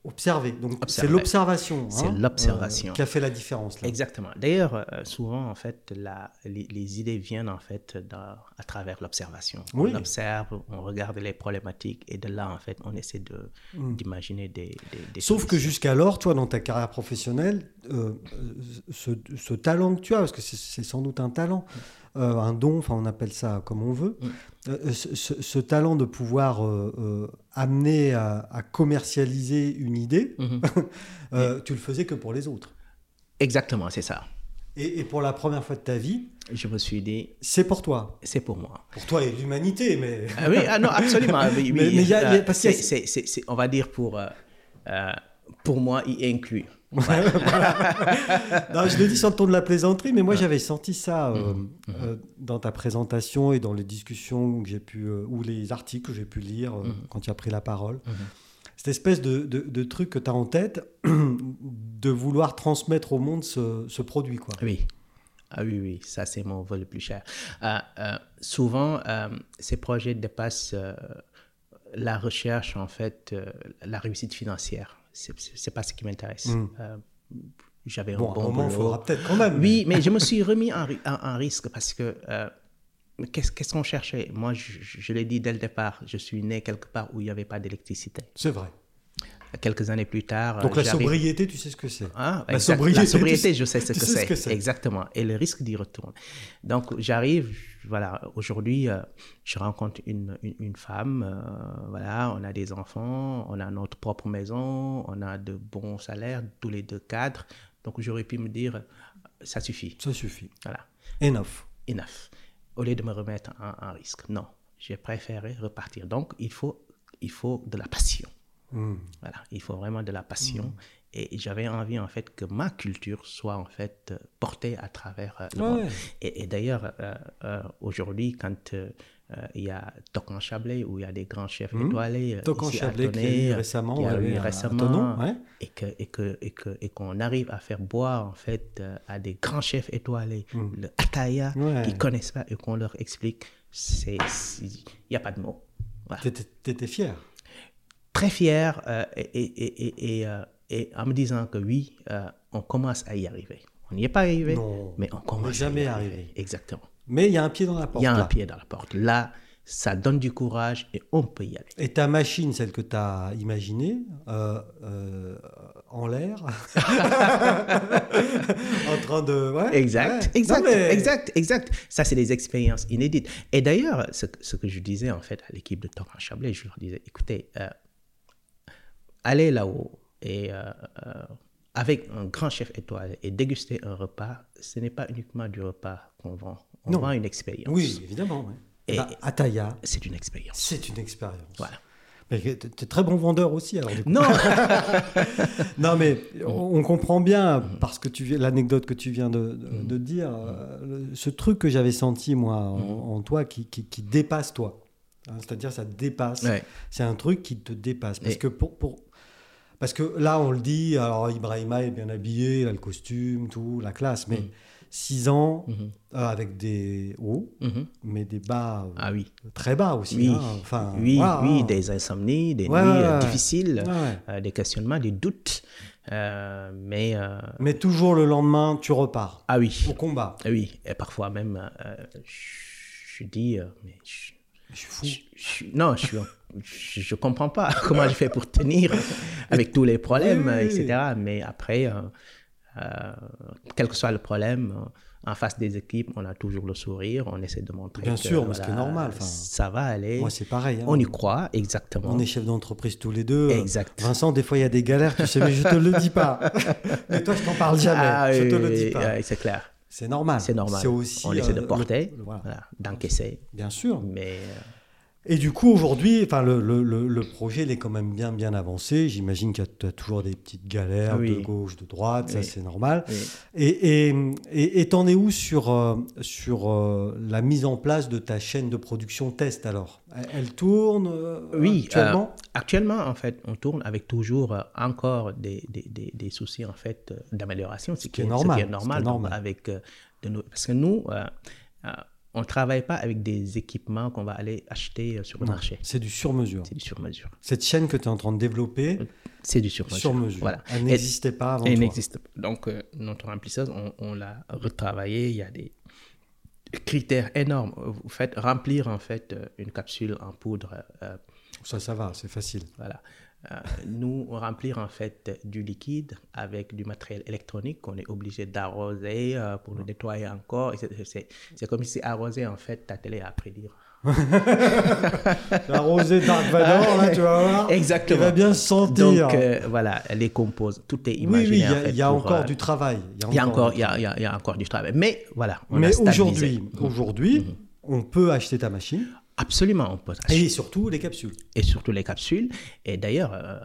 S1: observez. Donc c'est
S2: Observer.
S1: l'observation.
S2: C'est
S1: hein,
S2: l'observation.
S1: euh, qui a fait la différence là.
S2: Exactement. D'ailleurs, euh, souvent, en fait, la- les, les idées viennent, en fait, dans- à travers l'observation.
S1: Oui.
S2: On observe, on regarde les problématiques et de là, en fait, on essaie de-
S1: Mhm.
S2: d'imaginer des, des- des
S1: Sauf que
S2: solutions.
S1: jusqu'alors, toi, dans ta carrière professionnelle, euh, euh, ce, ce talent que tu as, parce que c'est- c'est sans doute un talent, euh, un don, enfin on appelle ça comme on veut, euh, ce, ce- ce talent de pouvoir euh, euh, amener à, à commercialiser une idée,
S2: Mhm.
S1: euh, tu le faisais que pour les autres.
S2: Exactement, c'est ça.
S1: Et, et pour la première fois de ta vie,
S2: Je me suis dit,
S1: c'est pour toi.
S2: c'est pour moi.
S1: Pour toi et l'humanité, mais...
S2: Ah oui, ah non, absolument. Oui, oui.
S1: Mais- mais il y a- il y a-
S2: Euh,
S1: parce qu'il
S2: c'est-
S1: y
S2: c'est-
S1: a-
S2: c'est- c'est- on va dire pour, euh, euh, pour moi, y inclus.
S1: Non, je le dis sur le ton de la plaisanterie, mais moi j'avais senti ça euh,
S2: Mhm.
S1: euh, dans ta présentation et dans les discussions que j'ai pu, euh, ou les articles que j'ai pu lire euh,
S2: Mhm.
S1: quand tu as pris la parole. Cette espèce de, de- de truc que tu as en tête, de vouloir transmettre au monde ce, ce produit. Quoi.
S2: Oui. Ah oui, oui, ça c'est mon vol le plus cher. Euh, euh, souvent, euh, ces projets dépassent euh, la recherche, en fait, euh, la réussite financière. c'est- c'est c'est pas ce qui m'intéresse.
S1: Mm.
S2: Euh, J'avais
S1: Bon,
S2: un
S1: à
S2: bon
S1: un moment, il
S2: boulot.
S1: faudra peut-être quand même.
S2: Oui, mais je me suis remis en, ri- en- en risque parce que euh, qu'est-ce qu'est-ce qu'on cherchait Moi, je, je- je l'ai dit dès le départ, je suis né quelque part où il n'y avait pas d'électricité.
S1: C'est vrai.
S2: Quelques années plus tard,
S1: Donc
S2: euh,
S1: la
S2: j'arrive-
S1: sobriété, tu sais ce que c'est.
S2: Ah,
S1: La
S2: exact.
S1: sobriété,
S2: La
S1: tu sais-
S2: sobriété, je sais ce
S1: tu
S2: que
S1: sais ce que
S2: c'est.
S1: c'est.
S2: Exactement. Et le risque d'y retourner. Donc, j'arrive, voilà, aujourd'hui, euh, je rencontre une, une, une femme, euh, voilà, on a des enfants, on a notre propre maison, on a de bons salaires, tous les deux cadres. Donc, j'aurais pu me dire, ça suffit,
S1: Ça suffit.
S2: voilà,
S1: Enough.
S2: enough. Au lieu de me remettre en, en risque. Non, j'ai préféré repartir. Donc, il faut, il faut de la passion.
S1: Hmm.
S2: Voilà, il faut vraiment de la passion.
S1: Mm.
S2: Et j'avais envie, en fait, que ma culture soit, en fait, euh, portée à travers euh, le
S1: Ouais.
S2: monde. Et, et d'ailleurs, euh, euh, aujourd'hui, quand euh, euh, il y a Tocan Chablais, où il y a des grands chefs étoilés, euh,
S1: Tocan
S2: ici à
S1: Mm. Chablais qui
S2: Tonnerre,
S1: a eu récemment,
S2: qui a
S1: ouais,
S2: eu
S1: à- à
S2: récemment,
S1: Thonon, ouais.
S2: et que et que et que et qu'on arrive à faire boire en fait euh, à des grands chefs étoilés le ataya
S1: Hmm. Ouais.
S2: qu'ils connaissent pas et qu'on leur explique, c'est il n'y a pas de mots. Voilà
S1: T'étais- T'étais fier.
S2: très fier euh, et, et- et- et, euh, et en me disant que oui, euh, on commence à y arriver. On n'y est pas arrivé,
S1: Non,
S2: mais on commence. à
S1: jamais
S2: y
S1: arrivé.
S2: Exactement.
S1: Mais il y a un pied dans la porte.
S2: Il y a un
S1: là.
S2: pied dans la porte. Là, ça donne du courage et on peut y aller.
S1: Et ta machine, celle que tu as imaginée, euh, euh, en l'air, en train de... ouais,
S2: Exact,
S1: ouais.
S2: exact,
S1: Non, mais-
S2: exact, exact. Ça, c'est des expériences inédites. Et d'ailleurs, ce, que- ce que je disais en fait à l'équipe de Torrent Chablais, je leur disais, écoutez, euh, allez là-haut et euh, euh, avec un grand chef étoile et déguster un repas, ce n'est pas uniquement du repas qu'on vend. On
S1: Non.
S2: vend une expérience.
S1: Oui, évidemment. ouais.
S2: Et-
S1: Bah, Ataya,
S2: C'est une expérience.
S1: c'est une expérience.
S2: Voilà.
S1: Mais t'es t'es très bon vendeur aussi, alors. du coup.
S2: Non,
S1: Non, mais on, on comprend bien, parce que tu viens- l'anecdote que tu viens de,
S2: Mm.
S1: de- de dire, euh, le- ce truc que j'avais senti, moi, en,
S2: Mm.
S1: en toi, qui, qui- qui dépasse toi. Hein, C'est-à-dire, ça te dépasse.
S2: Ouais.
S1: C'est un truc qui te dépasse. Parce
S2: Et-
S1: que pour. pour- parce que là, on le dit, alors Ibrahima est bien habillé, il a le costume, tout, la classe,
S2: Mm.
S1: mais 6 ans euh, avec des hauts,
S2: Mhm.
S1: mais des bas euh,
S2: ah oui,
S1: très bas aussi.
S2: oui,
S1: hein, enfin,
S2: oui,
S1: waouh,
S2: oui,
S1: hein.
S2: des insomnies, des
S1: Ouais,
S2: nuits
S1: ouais,
S2: euh,
S1: ouais.
S2: difficiles,
S1: Ouais, ouais.
S2: euh, des questionnements, des doutes, Euh, mais euh,
S1: Mais toujours le lendemain, tu repars
S2: ah oui,
S1: au combat.
S2: Ah oui, et parfois même, euh, je je dis, euh, mais je-
S1: Je suis fou.
S2: je- je- non, je, suis un- je je comprends pas comment je fais pour tenir avec tous les problèmes,
S1: Oui, oui, oui.
S2: etc. Mais après, euh, euh, quel que soit le problème, euh, en face des équipes, on a toujours le sourire, on essaie de montrer.
S1: Bien
S2: que,
S1: sûr, mais ce qui est normal, enfin.
S2: Ça va aller.
S1: Moi, c'est pareil. hein.
S2: on y croit, exactement.
S1: On est chef d'entreprise tous les deux.
S2: Exact.
S1: Vincent, des fois, il y a des galères, tu sais, mais je te le dis pas. Mais toi, je t'en parle jamais.
S2: Ah,
S1: je te
S2: oui,
S1: le dis
S2: oui,
S1: pas.
S2: oui, c'est clair.
S1: C'est normal.
S2: C'est normal.
S1: C'est aussi.
S2: on essaie
S1: euh,
S2: de
S1: le-
S2: porter,
S1: le- voilà.
S2: voilà, d'encaisser.
S1: Bien sûr.
S2: Mais euh,
S1: Et du coup, aujourd'hui, enfin, le, le- le- le projet, il est quand même bien, bien avancé. J'imagine que tu as toujours des petites galères de
S2: Oui.
S1: gauche, de droite. Ça,
S2: Oui.
S1: c'est normal.
S2: oui.
S1: Et et- et- et t'en es où sur, euh, sur euh, la mise en place de ta chaîne de production test alors elle, elle tourne euh,
S2: Oui,
S1: actuellement
S2: euh, actuellement, en fait, on tourne avec toujours euh, encore des, des, des, des soucis en fait euh, d'amélioration, ce, qui
S1: est
S2: est- ce
S1: normal,
S2: qui
S1: ce
S2: est
S1: qui est
S2: normal,
S1: normal.
S2: avec euh, de nos- parce que nous, euh, euh, on ne travaille pas avec des équipements qu'on va aller acheter euh, sur le
S1: Non,
S2: marché.
S1: C'est du sur-mesure.
S2: C'est du sur mesure.
S1: Cette chaîne que tu es en train de développer,
S2: C'est du sur mesure.
S1: sur-mesure,
S2: Voilà.
S1: elle
S2: Et-
S1: n'existait pas avant
S2: et il
S1: toi.
S2: n'existe pas. Donc, euh, notre remplisseuse, on, on l'a retravaillé. Il y a des critères énormes. Vous faites remplir en fait euh, une capsule en poudre euh,
S1: Ça, ça va, c'est facile.
S2: Voilà. Euh, nous, on remplir en fait du liquide avec du matériel électronique qu'on est obligé d'arroser euh, pour le nettoyer encore. Et c'est- C'est c'est comme si arroser en fait ta télé à prédire.
S1: La rosée d'Arc Vador, là, tu vas voir.
S2: Exactement.
S1: Il va bien se sentir.
S2: Donc euh, voilà, les composants, tout est
S1: oui,
S2: imaginaire.
S1: oui, il y a,
S2: en fait, pour,
S1: il y a encore
S2: euh,
S1: du travail. Il
S2: il y a encore, il y a, il y a- il y a encore du travail. Mais voilà, on a
S1: Mais
S2: stabilisé. Mm-hmm.
S1: aujourd'hui, aujourd'hui, on peut acheter ta machine
S2: absolument, on peut
S1: et surtout les capsules.
S2: et surtout les capsules. Et d'ailleurs, euh,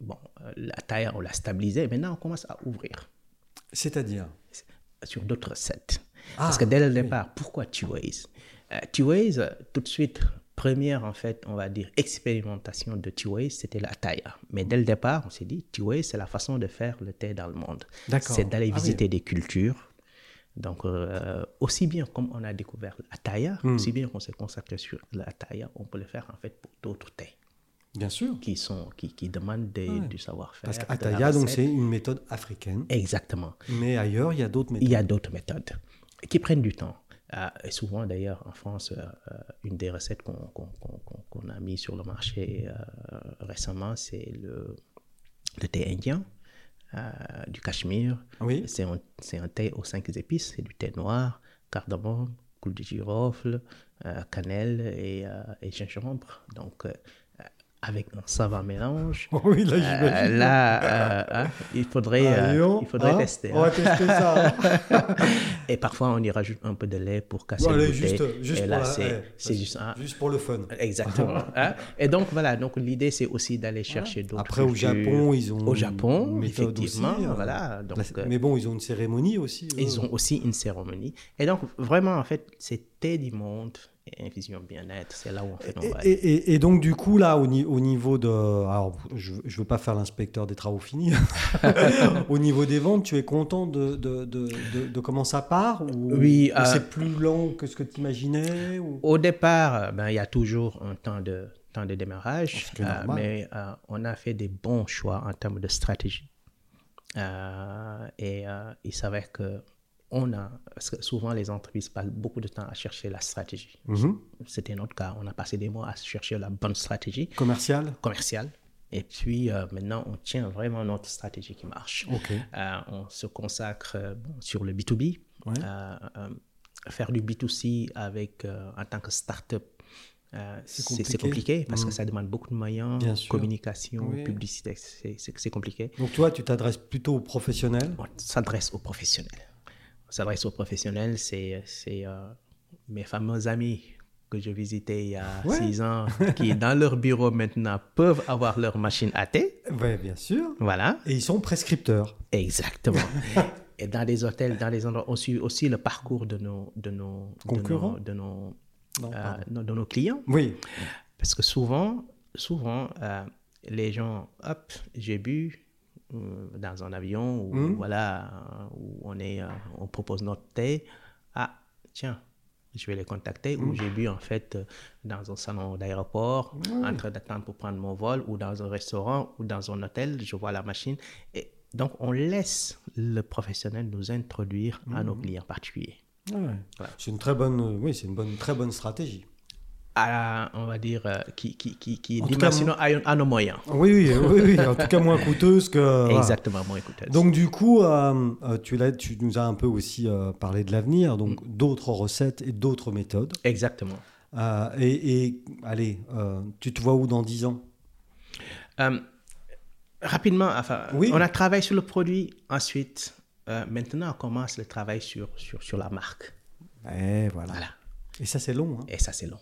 S2: bon, euh, la taille on l'a stabilisée. Maintenant, on commence à ouvrir.
S1: C'est-à-dire
S2: sur d'autres recettes.
S1: Ah,
S2: Parce que dès le départ, pourquoi T-Ways Euh, T-Ways, euh, tout de suite, première, en fait, on va dire, expérimentation de T-Ways, c'était la Ataya. Mais dès le départ, on s'est dit, T-Ways, c'est la façon de faire le thé dans le monde.
S1: D'accord.
S2: C'est d'aller
S1: Ah oui.
S2: visiter des cultures. Donc, euh, aussi bien comme on a
S1: Hmm.
S2: découvert la Ataya, aussi bien qu'on s'est consacré sur la Ataya, on peut le faire, en fait, pour d'autres thés.
S1: Bien sûr.
S2: qui, sont, qui, qui demandent des-
S1: Ouais.
S2: du savoir-faire.
S1: Parce
S2: de la
S1: qu'Ataya, donc,
S2: recette.
S1: c'est une méthode africaine.
S2: Exactement.
S1: Mais ailleurs, il y a d'autres méthodes.
S2: Il y a d'autres méthodes qui prennent du temps. Euh, et souvent, d'ailleurs, en France, euh, euh, une des recettes qu'on qu'on- qu'on- qu'on- qu'on a mis sur le marché euh, récemment, c'est le, le thé indien euh, du Cachemire.
S1: Oui.
S2: C'est un, c'est un thé aux cinq épices. C'est du thé noir, cardamome, clou de girofle, euh, cannelle et, euh, et gingembre. Donc, euh, avec un savant mélange.
S1: oui, là,
S2: Euh,
S1: j'imagine.
S2: là, euh, hein, il faudrait, euh,
S1: Allons,
S2: il faudrait
S1: hein,
S2: tester.
S1: On
S2: hein.
S1: va tester ça.
S2: Et parfois, on y rajoute un peu de lait pour casser
S1: Bon,
S2: le
S1: allez,
S2: goûter.
S1: juste, euh, juste
S2: et
S1: pour
S2: là,
S1: la-
S2: c'est
S1: ouais,
S2: c'est juste un...
S1: juste pour le fun.
S2: Exactement. hein. Et donc, voilà. Donc, l'idée, c'est aussi d'aller chercher d'autres
S1: Ah, Après, au
S2: cultures.
S1: Japon, ils ont
S2: Au
S1: une
S2: Japon,
S1: méthode aussi,
S2: effectivement,
S1: euh,
S2: voilà. Donc,
S1: la-
S2: euh,
S1: mais bon, ils ont une cérémonie aussi. eux.
S2: ils ont aussi une cérémonie. Et donc, vraiment, en fait, c'est thé du monde et infusion bien-être. C'est là où, en fait, on
S1: Et,
S2: va
S1: et- et- et donc, du coup, là, au, ni- au niveau de. Alors, je ne veux pas faire l'inspecteur des travaux finis. au niveau des ventes, tu es content de, de, de- de- de comment ça part ou,
S2: Oui,
S1: ou
S2: euh,
S1: c'est plus lent que ce que tu imaginais ou-
S2: Au départ, euh, ben, il y a toujours un temps de, temps de démarrage,
S1: Ce qui est
S2: euh,
S1: normal.
S2: mais euh, on a fait des bons choix en termes de stratégie. Euh, et euh, il s'avère que on a, parce que souvent les entreprises passent beaucoup de temps à chercher la stratégie.
S1: Mhm.
S2: C'était notre cas, on a passé des mois à chercher la bonne stratégie
S1: Commercial
S2: commerciale. Et puis euh, maintenant, on tient vraiment notre stratégie qui marche.
S1: Ok.
S2: Euh, on se consacre euh, bon, sur le B2B,
S1: Ouais.
S2: euh, euh, faire du B2C avec, euh, en tant que start-up. euh, c'est
S1: compliqué.
S2: c'est compliqué parce
S1: Mm.
S2: que ça demande beaucoup de moyens,
S1: Bien sûr.
S2: communication,
S1: Oui.
S2: publicité, c'est- c'est c'est compliqué.
S1: Donc, toi, tu t'adresses plutôt aux professionnels
S2: On s'adresse aux professionnels. On s'adresse aux professionnels, c'est c'est, euh, mes fameux amis que je visitais il y a
S1: Ouais.
S2: six ans, qui dans leur bureau maintenant peuvent avoir leur machine à thé.
S1: Oui, bien sûr.
S2: Voilà.
S1: Et ils sont prescripteurs.
S2: Exactement. Et dans les hôtels, dans les endroits, on suit aussi le parcours de nos, de nos de
S1: Concurrents?
S2: nos- de nos,
S1: Non,
S2: euh,
S1: pardon.
S2: no- de nos clients.
S1: Oui,
S2: Parce que souvent, souvent euh, les gens, hop, j'ai bu euh, dans un avion, ou
S1: Mhm.
S2: voilà, euh, où on, est, euh, on propose notre thé. Ah, tiens, je vais les contacter.
S1: Hmm?
S2: Ou j'ai bu, en fait, euh, dans un salon d'aéroport,
S1: Hmm.
S2: en train d'attendre pour prendre mon vol, ou dans un restaurant, ou dans un hôtel, je vois la machine. Et donc, on laisse le professionnel nous introduire à
S1: Hmm.
S2: nos clients particuliers.
S1: Ah
S2: Voilà.
S1: c'est une très bonne, euh, oui, c'est une bonne, très bonne stratégie.
S2: À, on va dire, euh, qui, qui, qui, qui est
S1: En tout cas,
S2: dimensionnant à- à nos moyens.
S1: Oui, oui, oui, oui, en tout cas moins coûteuse que. voilà.
S2: Exactement, moi, écoutez.
S1: Ah. Donc du coup, euh, euh, tu, l'as- tu nous as un peu aussi euh, parlé de l'avenir, donc d'autres recettes et d'autres méthodes.
S2: Exactement.
S1: Euh, et, et, allez, euh, tu te vois où dans 10 ans
S2: Euh, rapidement, enfin,
S1: Oui.
S2: on a travaillé sur le produit. Ensuite, euh, maintenant, on commence le travail sur, sur, sur la marque.
S1: Eh voilà.
S2: Voilà.
S1: Et ça c'est long.
S2: Et ça, c'est long.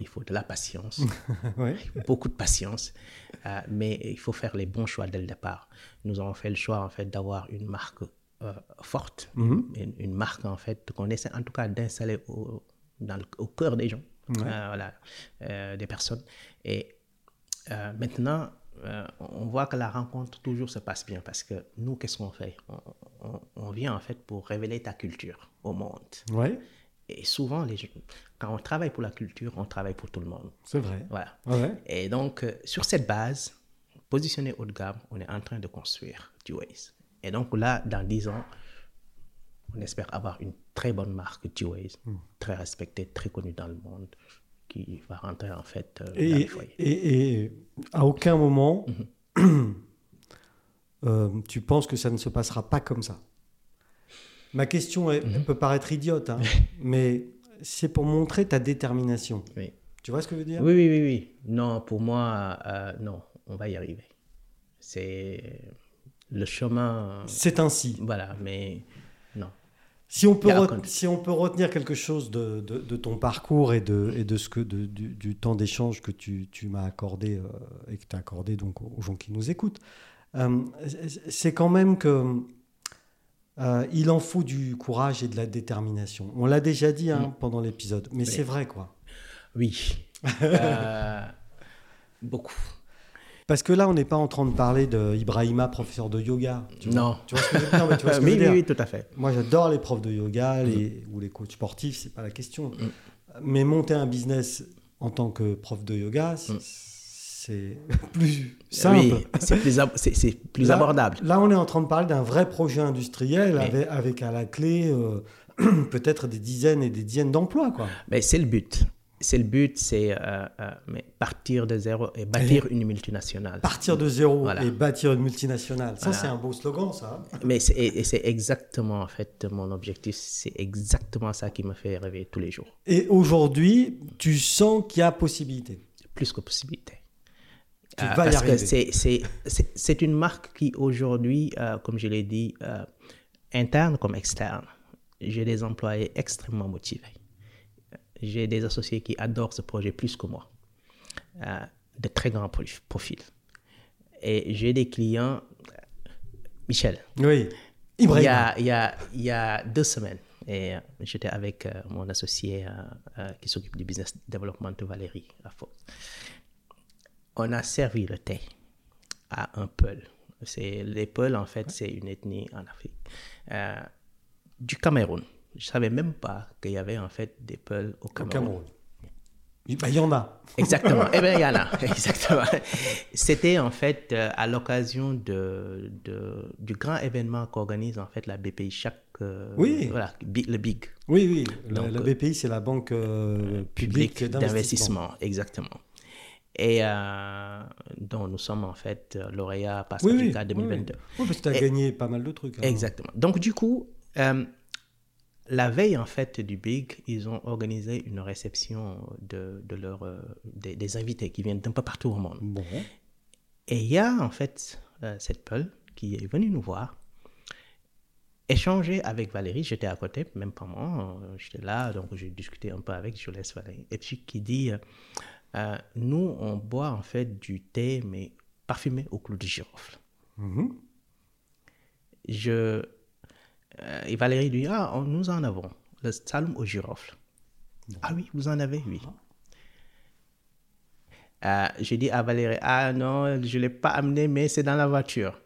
S2: Il faut de la patience,
S1: Hein ouais.
S2: beaucoup de patience, euh, mais il faut faire les bons choix dès le départ. Nous avons fait le choix, en fait, d'avoir une marque euh, forte,
S1: Mhm.
S2: une, une marque, en fait, qu'on essaie en tout cas d'installer au, dans le- au cœur des gens,
S1: Ouais.
S2: euh, voilà, euh, des personnes. Et Euh, maintenant, euh, on voit que la rencontre toujours se passe bien parce que nous, qu'est-ce qu'on fait on, on- on vient en fait pour révéler ta culture au monde.
S1: Ouais,
S2: Et souvent, les, gens- quand on travaille pour la culture, on travaille pour tout le monde.
S1: c'est vrai.
S2: Voilà.
S1: Ouais.
S2: Et donc, euh, sur cette base, positionné haut de gamme, on est en train de construire du Waze. Et donc là, dans 10 ans, on espère avoir une très bonne marque du Waze,
S1: Hmm.
S2: très respectée, très connue dans le monde, qui va rentrer en fait euh, dans les
S1: Et,
S2: foyers.
S1: et- et à aucun moment, Mm-hmm. euh, tu penses que ça ne se passera pas comme ça. Ma question est- elle peut paraître idiote, hein, mais c'est pour montrer ta détermination.
S2: Oui.
S1: Tu vois ce que je veux dire
S2: Oui, oui, oui, oui. Non, pour moi, euh, non, on va y arriver. C'est le chemin. euh,
S1: C'est ainsi.
S2: Voilà, mais non.
S1: Si on, peut
S2: Il
S1: re-
S2: raconte.
S1: si on peut retenir quelque chose de, de- de ton parcours et de, et de ce que, de- du, du temps d'échange que tu, tu m'as accordé euh, et que tu as accordé donc aux aux gens qui nous écoutent, euh, c'est- c'est quand même que euh, il en faut du courage et de la détermination. On l'a déjà dit hein, pendant l'épisode, mais
S2: Mm. Oui.
S1: c'est vrai quoi.
S2: Oui. Euh, beaucoup.
S1: Parce que là, on n'est pas en train de parler de Ibrahima, professeur de yoga. Tu vois.
S2: Non.
S1: Tu vois ce que je veux dire Non, mais tu vois ce que je
S2: Euh, oui,
S1: veux dire.
S2: oui, oui, tout à fait.
S1: Moi, j'adore les profs de yoga les- ou les coachs sportifs, c'est pas la question. Mais monter un business en tant que prof de yoga, c'est-
S2: Mm.
S1: C'est plus simple. Oui,
S2: c'est plus, ab plus
S1: là,
S2: abordable.
S1: Là, on est en train de parler d'un vrai projet industriel Mais... avec, avec, à la clé euh, peut-être des dizaines et des dizaines d'emplois. Quoi.
S2: Mais c'est le but. C'est le but, c'est euh, euh, partir de zéro et bâtir et une multinationale.
S1: Partir de zéro voilà. et bâtir une multinationale. Ça, voilà. c'est un beau slogan, ça.
S2: Mais c'est exactement, en fait, mon objectif. C'est exactement ça qui me fait rêver tous les jours.
S1: Et aujourd'hui, tu sens qu'il y a possibilité
S2: Plus que possibilité. Tu euh, vas parce y que c'est une marque qui, aujourd'hui, euh, comme je l'ai dit, euh, interne comme externe, j'ai des employés extrêmement motivés j'ai des associés qui adorent ce projet plus que moi, euh, de très grands profils. Et j'ai des clients, euh, Michel.
S1: Oui.
S2: Il y, a, il, y a, il y a, deux semaines, et euh, j'étais avec euh, mon associé qui s'occupe du business development, Valérie Afo. On a servi le thé à un Peul. Les Peuls, en fait, c'est une ethnie en Afrique. Euh, du Cameroun je savais même pas qu'il y avait en fait des peuls au Cameroun.
S1: Il ben, y en a.
S2: Exactement. eh bien, il y en a. Exactement. C'était en fait euh, à l'occasion de, de, du grand événement qu'organise en fait la BPI chaque. Euh,
S1: oui.
S2: Voilà, bi, le Big.
S1: Oui, oui. Donc, la, la BPI, c'est la Banque euh, publique, publique d'investissement.
S2: Exactement. Et euh, donc, nous sommes en fait lauréats Pass oui, Africa oui, 2022.
S1: Oui, oui. parce que tu as Et, gagné pas mal de trucs. Hein.
S2: Exactement. Donc, du coup euh, la veille en fait du Big, ils ont organisé une réception de, de leur, euh, des, des, invités qui viennent d'un peu partout au monde.
S1: Bon.
S2: Et il y a en fait euh, cette Paul qui est venue nous voir, échanger avec Valérie, j'étais à côté, même pas moi, euh, j'étais là, donc j'ai discuté un peu avec, je laisse Valérie. Et puis qui dit, euh, nous on boit en fait du thé mais parfumé au clou de girofle.
S1: Mmh.
S2: Je et Valérie lui dit, ah, on, nous en avons, le salm au girofle. Bon. Ah oui, vous en avez, oui. Euh, je dis à Valérie, ah non, je ne l'ai pas amené, mais c'est dans la voiture.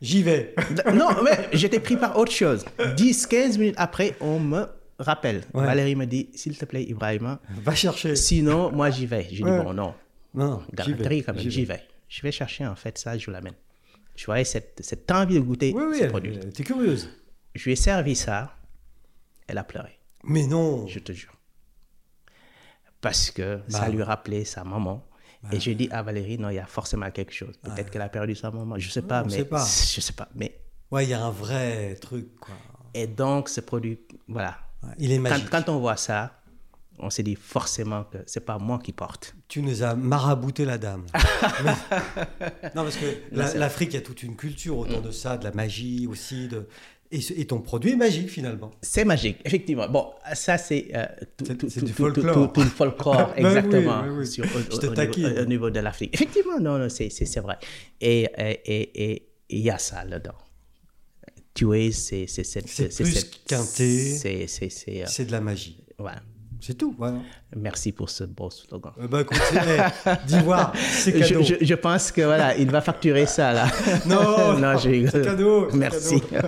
S1: J'y vais.
S2: non, mais j'étais pris par autre chose. 10, 15 minutes après, on me rappelle. Ouais. Valérie me dit, s'il te plaît, Ibrahima.
S1: Va chercher.
S2: Sinon, moi, j'y vais. Je dis, ouais. bon, non.
S1: Non,
S2: j'y
S1: hein.
S2: vais. Quand même, j'y vais. vais. Je vais chercher, en fait, ça, je l'amène. Je voyais cette, cette envie de goûter
S1: oui, oui,
S2: ce produit. Oui,
S1: t'es curieuse.
S2: Je lui ai servi ça, elle a pleuré.
S1: Mais non
S2: Je te jure. Parce que bah. ça lui rappelait sa maman. Bah. Et je dis à Valérie, non, il y a forcément quelque chose. Peut-être bah. qu'elle a perdu sa maman, je ne sais, ouais, pas, mais,
S1: sait pas.
S2: Je sais pas, mais...
S1: Ouais, il y a un vrai truc, quoi.
S2: Et donc, ce produit, voilà.
S1: Ouais, il est magique.
S2: Quand, quand on voit ça, on s'est dit forcément que c'est pas moi qui porte.
S1: Tu nous as marabouté la dame. non, parce que l'Afrique, il y a toute une culture autour mmh. de ça, de la magie aussi, de... Et, ce, et, ton produit est magique finalement.
S2: C'est magique, effectivement. Bon, ça c'est euh, tout, tout, tout,
S1: du folklore.
S2: tout, le folklore, exactement,
S1: oui, oui, oui.
S2: Sur, au, au, niveau, euh, au, niveau, de l'Afrique. Effectivement, non, non c'est vrai. Et il y a ça là-dedans. Tuer, c'est cette...
S1: C'est plus qu'un thé, c'est de la magie.
S2: euh, Voilà.
S1: C'est tout. Voilà.
S2: Merci pour ce beau slogan.
S1: Eh ben, d'ivoire, c'est
S2: cadeau. Je, je, je, pense que voilà, il va facturer ça là.
S1: non,
S2: non,
S1: j'ai C'est cadeau.
S2: Merci.
S1: Cadeau.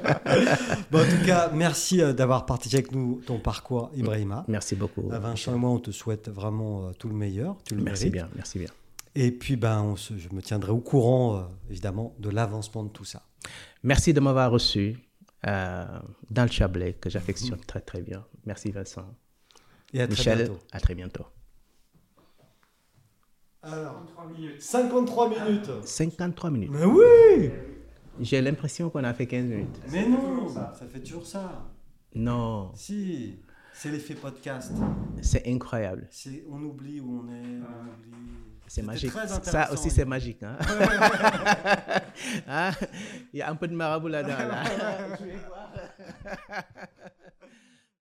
S1: bon, en tout cas, merci euh, d'avoir partagé avec nous ton parcours, Ibrahima.
S2: Merci beaucoup.
S1: À Vincent et moi, on te souhaite vraiment euh, tout le meilleur. Tu le
S2: merci
S1: mérites.
S2: bien, merci bien.
S1: Et puis, ben, on se, je me tiendrai au courant, euh, évidemment, de l'avancement de tout ça.
S2: Merci de m'avoir reçu euh, dans le Chablais, que j'affectionne mmh. très, très bien. Merci, Vincent.
S1: Et Mm. à très
S2: Michel,
S1: bientôt.
S2: à très bientôt.
S1: Alors, 53 minutes.
S2: 53 minutes.
S1: Mais oui
S2: J'ai l'impression qu'on a fait 15 minutes.
S1: Mais non, ça. ça fait toujours ça.
S2: Non.
S1: Si, c'est l'effet podcast.
S2: C'est incroyable.
S1: On oublie où on est, on oublie...
S2: C'est magique. Ça aussi, c'est magique. Hein? Ah, hein? Il y a un peu de marabout là-dedans. Là.